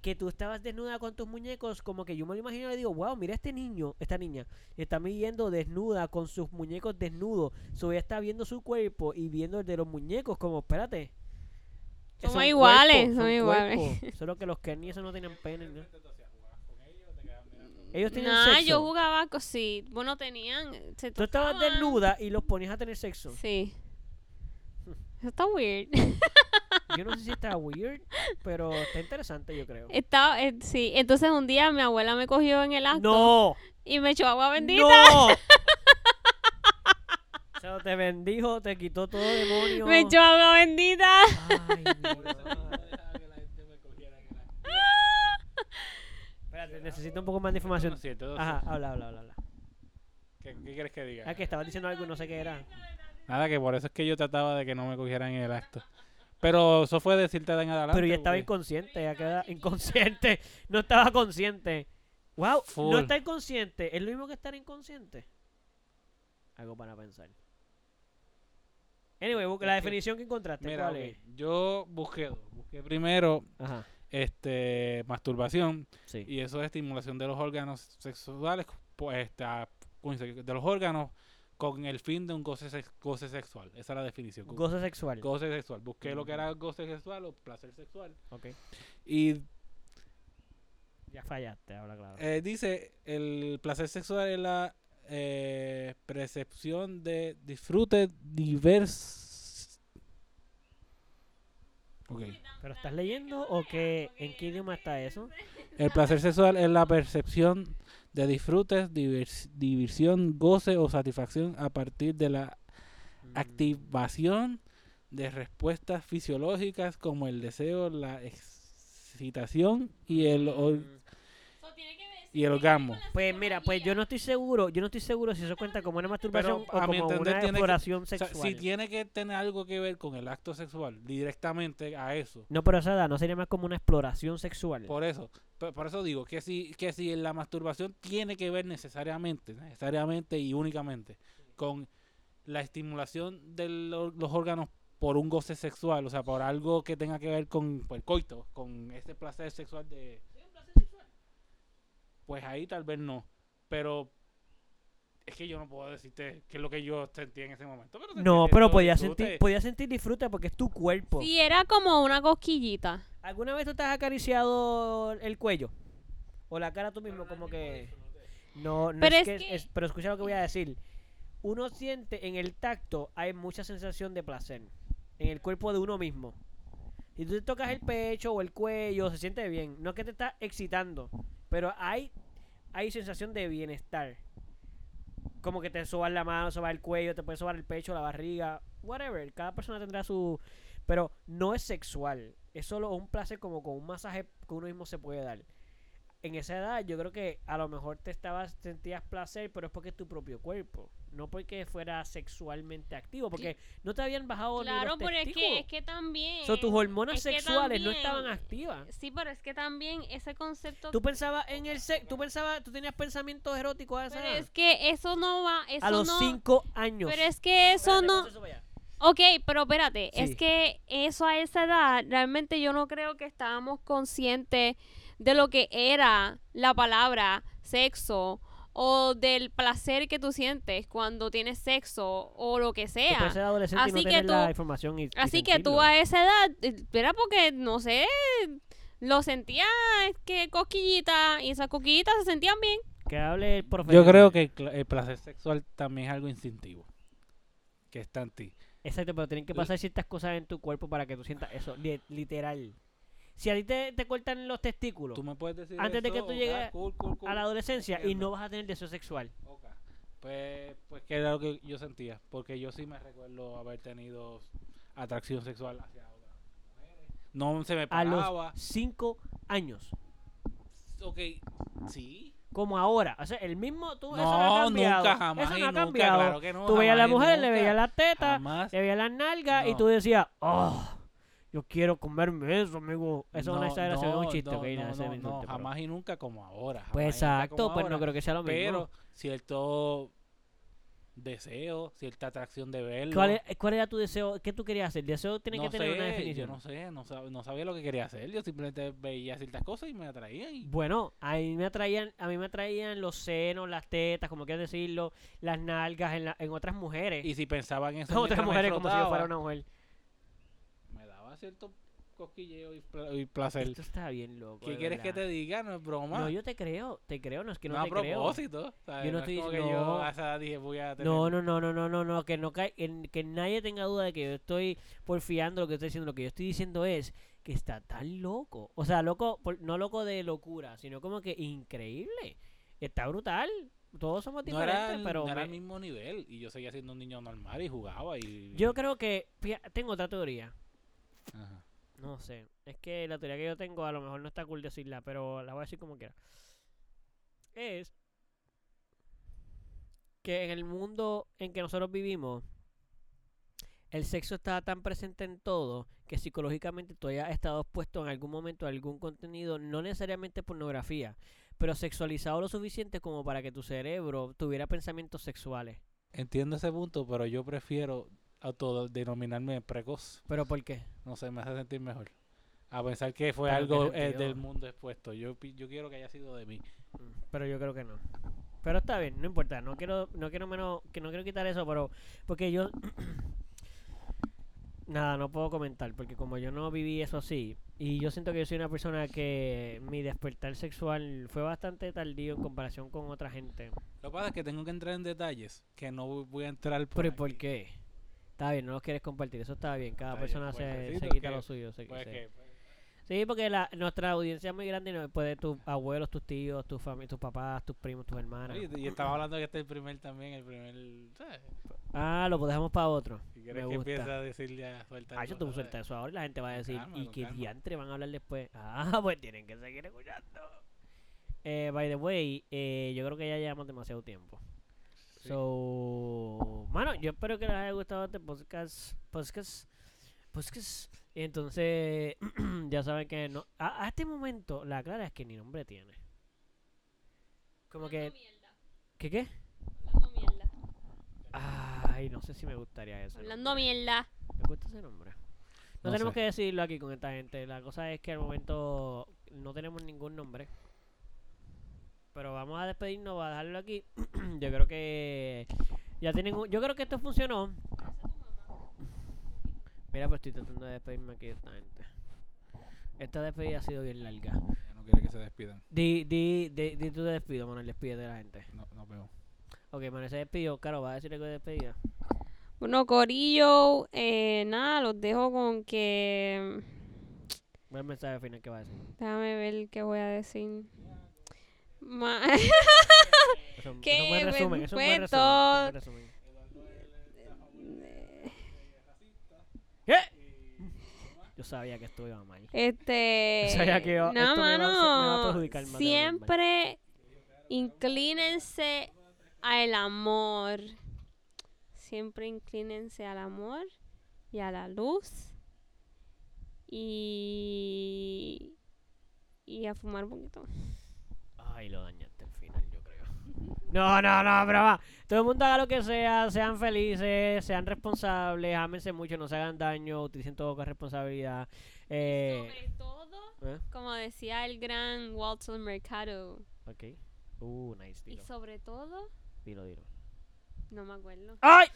S2: que tú estabas desnuda con tus muñecos, como que yo me lo imagino y le digo, wow, mira este niño, esta niña, está midiendo desnuda con sus muñecos desnudos. So, ella está viendo su cuerpo y viendo el de los muñecos, como, espérate.
S1: Somos
S2: son
S1: iguales,
S2: cuerpos,
S1: somos iguales.
S2: cuerpos. Solo que los Kenny eso no tenían pene. ¿no? Ellos tenían
S1: Nah,
S2: sexo.
S1: yo jugaba co- sí, Bueno, tenían. Se
S2: Tú estabas
S1: tocaban.
S2: desnuda y los ponías a tener sexo.
S1: Sí. Eso está weird.
S2: Yo no sé si está weird, pero está interesante, yo creo.
S1: Está, eh, sí. Entonces un día mi abuela me cogió en el acto
S2: ¡No!
S1: y me echó agua bendita.
S2: ¡No! O sea, te bendijo, te quitó todo demonio.
S1: Me echó agua bendita.
S2: Ay, mi
S3: Por eso mismo
S2: madre.
S3: no dejaba que la gente me cogiera en el acto.
S2: Espérate, necesito un poco más de
S3: Esto no
S2: información.
S3: es cierto, esto no es
S2: Ajá, habla, habla, habla. habla.
S3: cierto. ¿Qué, ¿Qué quieres que diga?
S2: Ah, que estabas diciendo algo y no sé qué era.
S3: Nada, que por eso es que yo trataba de que no me cogieran en el acto. Pero eso fue decirte de en adelante.
S2: Pero ya estaba
S3: porque-
S2: inconsciente, ya queda inconsciente. No estaba consciente. Wow, no
S3: Full.
S2: estar consciente. ¿Es lo mismo que estar inconsciente? Algo para pensar. Anyway, busca la
S3: Es que-
S2: definición que encontraste,
S3: Mira,
S2: ¿cuál
S3: ok,
S2: es?
S3: yo busqué dos. Busqué primero
S2: Ajá,
S3: este, masturbación
S2: sí.
S3: y eso es estimulación de los órganos sexuales, pues, este, ah, coincide- de los órganos con el fin de un goce, sex- goce sexual. Esa es la definición. go-
S2: Gozo sexual.
S3: Goce sexual. Busqué lo que
S2: Ujú.
S3: era goce sexual o placer sexual.
S2: ok.
S3: Y
S2: Ya fallaste, habla claro.
S3: Eh, dice, el placer sexual es la eh, percepción de disfrute divers... Ok.
S2: ¿Pero estás leyendo o qué? ¿En qué idioma está eso?
S3: El placer sexual es la percepción de disfrutes, divers- diversión, goce o satisfacción a partir de la Mm. activación de respuestas fisiológicas como el deseo, la excitación y el, or- y el orgasmo.
S2: Pues mira, pues yo no estoy seguro, yo no estoy seguro si eso cuenta como una masturbación
S3: Pero,
S2: o
S3: a mi
S2: como
S3: entender,
S2: una
S3: tiene que-
S2: exploración
S3: O sea,
S2: sexual.
S3: si tiene que tener algo que ver con el acto sexual, directamente a eso.
S2: No, pero esa edad no sería más como una exploración sexual.
S3: Por eso, por, por eso digo que si, que si la masturbación tiene que ver necesariamente, necesariamente y únicamente con la estimulación de lo- los órganos por un goce sexual, o sea, por algo que tenga que ver con pues, el coito, con ese placer sexual de... Pues ahí tal vez no, pero es que yo no puedo decirte qué es lo que yo sentí en ese momento. Pero sentí
S2: No,
S3: que
S2: pero
S3: esto
S2: podías
S3: disfrute.
S2: sentir, pues, podías sentir disfrute porque es tu cuerpo.
S1: Sí, era como una cosquillita.
S2: ¿Alguna vez tú te has acariciado el cuello? O la cara tú mismo, como que. No, no
S1: Pero
S2: es,
S1: es
S2: que,
S1: que-
S2: es- Pero escucha lo que voy a decir. Uno siente en el tacto, hay mucha sensación de placer. En el cuerpo de uno mismo. Si tú te tocas el pecho o el cuello, se siente bien. No es que te está excitando, pero hay, hay sensación de bienestar. Como que te sobas la mano, sobas el cuello, te puedes sobar el pecho, la barriga, whatever. Cada persona tendrá su. Pero no es sexual. Es solo un placer como con un masaje que uno mismo se puede dar. En esa edad, yo creo que a lo mejor te estabas, sentías placer, pero es porque es tu propio cuerpo. No porque fuera sexualmente activo, porque no te habían bajado ni
S1: Claro,
S2: los
S1: pero es que,
S2: testículos.
S1: es que también.
S2: So, tus hormonas
S1: es que
S2: sexuales no
S1: también-
S2: estaban activas.
S1: Sí, pero es que también ese concepto.
S2: Tú pensabas en el sexo, tú pensabas, tú tenías pensamientos eróticos a esa
S1: pero
S2: edad?
S1: es que eso no va. Eso
S2: a los
S1: no,
S2: cinco años.
S1: Pero es que eso
S2: Espérate,
S1: no.
S2: pasa eso para allá.
S1: Ok, pero espérate,
S2: Sí.
S1: es que eso a esa edad, realmente yo no creo que estábamos conscientes de lo que era la palabra sexo o del placer que tú sientes cuando tienes sexo o lo que
S2: Tú
S1: sea.
S2: puedes ser adolescente y
S1: Así
S2: no
S1: que
S2: tener
S1: tú-
S2: la información y- y
S1: Así que tú
S2: sentirlo.
S1: a esa edad, eh, era porque, no sé, lo sentías que cosquillitas y esas cosquillitas se sentían bien.
S2: Que hable el profe.
S3: Yo creo que el, cla- el placer sexual también es algo instintivo. Que está en ti.
S2: Exacto, pero tienen que pasar ciertas cosas en tu cuerpo para que tú sientas eso, li- literal. Si a ti te, te cortan los testículos
S3: Tú me puedes decir
S2: Antes de
S3: eso,
S2: que tú
S3: ok,
S2: llegues
S3: cool, cool, cool,
S2: a la adolescencia y
S3: entiendo.
S2: no vas a tener deseo sexual.
S3: ok. Pues, pues que era lo que yo sentía. Porque yo sí me recuerdo haber tenido atracción sexual hacia otras mujeres. No se me
S2: A los
S3: paraba.
S2: cinco años.
S3: Ok, sí.
S2: Como ahora. O sea, el mismo tú. eso no ha
S3: No,
S2: cambiado.
S3: nunca, jamás.
S2: Eso
S3: y
S2: no ha
S3: nunca,
S2: cambiado.
S3: claro que no,
S2: Tú veías a la
S3: jamás y
S2: mujer, le
S3: nunca,
S2: veías las tetas,
S3: jamás.
S2: le veías las nalgas y
S3: No.
S2: tú decías, oh, yo quiero comerme eso, amigo. Eso es
S3: No,
S2: una exageración, es
S3: no,
S2: un chiste,
S3: no,
S2: ok, no,
S3: no,
S2: ese
S3: no,
S2: insulto,
S3: no,
S2: pero-
S3: jamás y nunca como ahora. jamás y
S2: Pues
S3: nunca
S2: exacto,
S3: como
S2: pues no
S3: ahora.
S2: creo que sea lo mismo.
S3: pero cierto deseo, cierta atracción de verlo.
S2: ¿Cuál, e- cuál era tu deseo? ¿Qué tú querías hacer? El deseo tiene
S3: no
S2: que tener
S3: sé,
S2: una definición.
S3: Yo no sé, no, sab- no sabía lo que quería hacer. Yo simplemente veía ciertas cosas y me atraía. Y...
S2: Bueno, a mí me atraían, a mí me atraían los senos, las tetas, como quieras decirlo, las nalgas en, la- en otras mujeres.
S3: y si pensaba en eso,
S2: otras
S3: mientras me
S2: mujeres como si yo
S3: frotaba,
S2: fuera una mujer.
S3: me daba cierto cosquilleo y, pla- y placer.
S2: Esto está bien loco.
S3: ¿Qué
S2: de
S3: quieres que
S2: verdad.
S3: te diga? No es broma.
S2: No, yo te creo, te creo, no es que no,
S3: No a
S2: te creo.
S3: propósito. ¿sabes?
S2: Yo no
S3: es
S2: estoy
S3: como que
S2: diciendo-
S3: yo
S2: no.
S3: a esa edad dije, voy a tener.
S2: No, no, no, no, no, no, no, que no cae, que, que nadie tenga duda de que yo estoy porfiando lo que estoy diciendo. Lo que yo estoy diciendo es que está tan loco. O sea, loco, por- no loco de locura, sino como que increíble. Está brutal. Todos somos
S3: No
S2: diferentes,
S3: era, el-
S2: pero
S3: no era el
S2: me-
S3: mismo nivel. Y yo seguía siendo un niño normal y jugaba. y
S2: yo creo que fía- tengo otra teoría.
S3: Ajá.
S2: No sé, es que la teoría que yo tengo a lo mejor no está cool decirla, pero la voy a decir como quiera. Es que en el mundo en que nosotros vivimos, el sexo está tan presente en todo que psicológicamente tú hayas estado expuesto en algún momento a algún contenido, no necesariamente pornografía, pero sexualizado lo suficiente como para que tu cerebro tuviera pensamientos sexuales.
S3: Entiendo ese punto, pero yo prefiero autodenominarme precoz.
S2: ¿Pero por qué?
S3: No sé, me hace sentir mejor. A pensar que fue
S2: Pero
S3: algo
S2: qué
S3: eh, del
S2: sentido.
S3: mundo expuesto. Yo, pi- yo quiero que haya sido de mí.
S2: Mm, Pero yo creo que no. Pero está bien, no importa, no quiero, no quiero menos, que no quiero quitar eso, pero porque yo nada, no puedo comentar, porque como yo no viví eso así, y yo siento que yo soy una persona que mi despertar sexual fue bastante tardío en comparación con otra gente.
S3: Lo que pasa es que tengo que entrar en detalles que no voy- voy a entrar por.
S2: Pero ¿y por
S3: aquí.
S2: qué? Está bien, no los quieres compartir, eso está bien, cada
S3: Está bien,
S2: persona
S3: pues,
S2: se- se,
S3: necesito
S2: quita
S3: que-
S2: lo suyo, se-
S3: Pues
S2: se-
S3: que-
S2: Sí, porque la, nuestra audiencia es muy grande y no puede tus abuelos, tus tíos, tus fami- tus papás, tus primos, tus hermanas.
S3: Oye, y estamos hablando que este es el primer también, el primer. ¿sabes?
S2: Ah, lo dejamos para otro.
S3: Si
S2: Me
S3: quieres que
S2: gusta.
S3: empiece a decirle a soltar.
S2: Ah, yo te
S3: cosas,
S2: puse el eso ahora y la gente va a
S3: Con
S2: decir,
S3: calma,
S2: ¿y
S3: con
S2: qué
S3: calma.
S2: diantre van a hablar después? Ah, pues tienen que seguir escuchando. Eh, by the way, eh, yo creo que ya llevamos demasiado tiempo.
S3: Sí.
S2: So, mano, yo espero que les haya gustado este podcast. Podcast. Podcast. Y entonces, ya saben que no. A, a este momento, la clara es que ni nombre tiene. Como que. ¿Qué qué?
S1: Hablando mierda.
S2: Ay, no sé si me gustaría eso.
S1: Hablando mierda.
S2: Me cuesta ese nombre. No,
S3: No
S2: tenemos
S3: sé.
S2: que decirlo aquí con esta gente. La cosa es que al momento no tenemos ningún nombre. Pero vamos a despedirnos, va a dejarlo aquí. yo creo que ya tienen un- Yo creo que esto funcionó. Mira, pues estoy tratando de despedirme aquí de esta gente. Esta despedida ha sido bien larga.
S3: Ya no quiere que se despidan.
S2: Di, di, di, di tu despido, Manuel, despídete de la gente.
S3: No, no veo.
S2: Ok, Manuel se despidió. Caro, ¿vas a decir algo de despedida?
S1: Bueno, Corillo, eh, nada, los dejo con que.
S2: Buen mensaje final que va a decir.
S1: Déjame ver qué voy a decir. Ma-
S2: Es un,
S1: Que
S2: es un buen
S1: me
S2: resumen, es un buen resumen, es un
S1: cuento.
S2: buen resumen. Yo sabía que esto iba mal.
S1: Este.
S2: O sea, ya que va-
S1: no,
S2: esto me va a-
S1: mano.
S2: me va a perjudicar más de lo normal.
S1: siempre inclínense al amor. Siempre inclínense al amor y a la luz. Y. Y a fumar un poquito.
S2: Ay, lo dañaste al final, yo creo. No, no, no, pero va. Todo el mundo haga lo que sea, sean felices, sean responsables, ámense mucho, no se hagan daño, utilicen todo con responsabilidad. Eh,
S1: Sobre todo,
S2: ¿eh?
S1: como decía el gran Walter Mercado.
S2: Ok. Uh, nice,
S1: Y
S2: dilo,
S1: sobre todo,
S2: dilo, dilo.
S1: no me acuerdo.
S2: ¡Ay!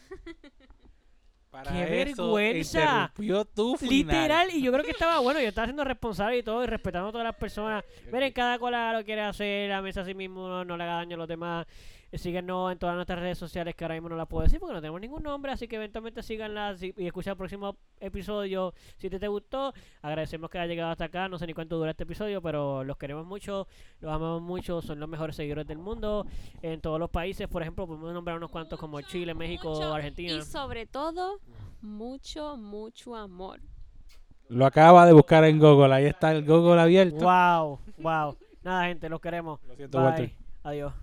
S3: Para
S2: ¡Qué
S3: eso
S2: vergüenza!
S3: interrumpió tu final.
S2: Literal, y yo creo que estaba bueno, yo estaba siendo responsable y todo, y respetando a todas las personas. Miren, cada cual haga lo que quiere hacer, la mesa a sí mismo, no, no le haga daño a los demás. Eh, Síguenos en todas nuestras redes sociales que ahora mismo no las puedo decir porque no tenemos ningún nombre, así que eventualmente síganlas y y escucha el próximo episodio. Si te, te gustó, agradecemos que haya llegado hasta acá. No sé ni cuánto dura este episodio, pero los queremos mucho, los amamos mucho, son los mejores seguidores del mundo en todos los países. Por ejemplo, podemos nombrar unos cuantos como
S1: Mucho,
S2: Chile, México,
S1: mucho,
S2: Argentina.
S1: Y sobre todo, mucho, mucho amor.
S3: Lo acaba de buscar en Google. Ahí está el Google abierto.
S2: Wow, wow. Nada, gente, los queremos.
S3: Lo siento,
S2: Bye.
S3: Walter.
S2: Adiós.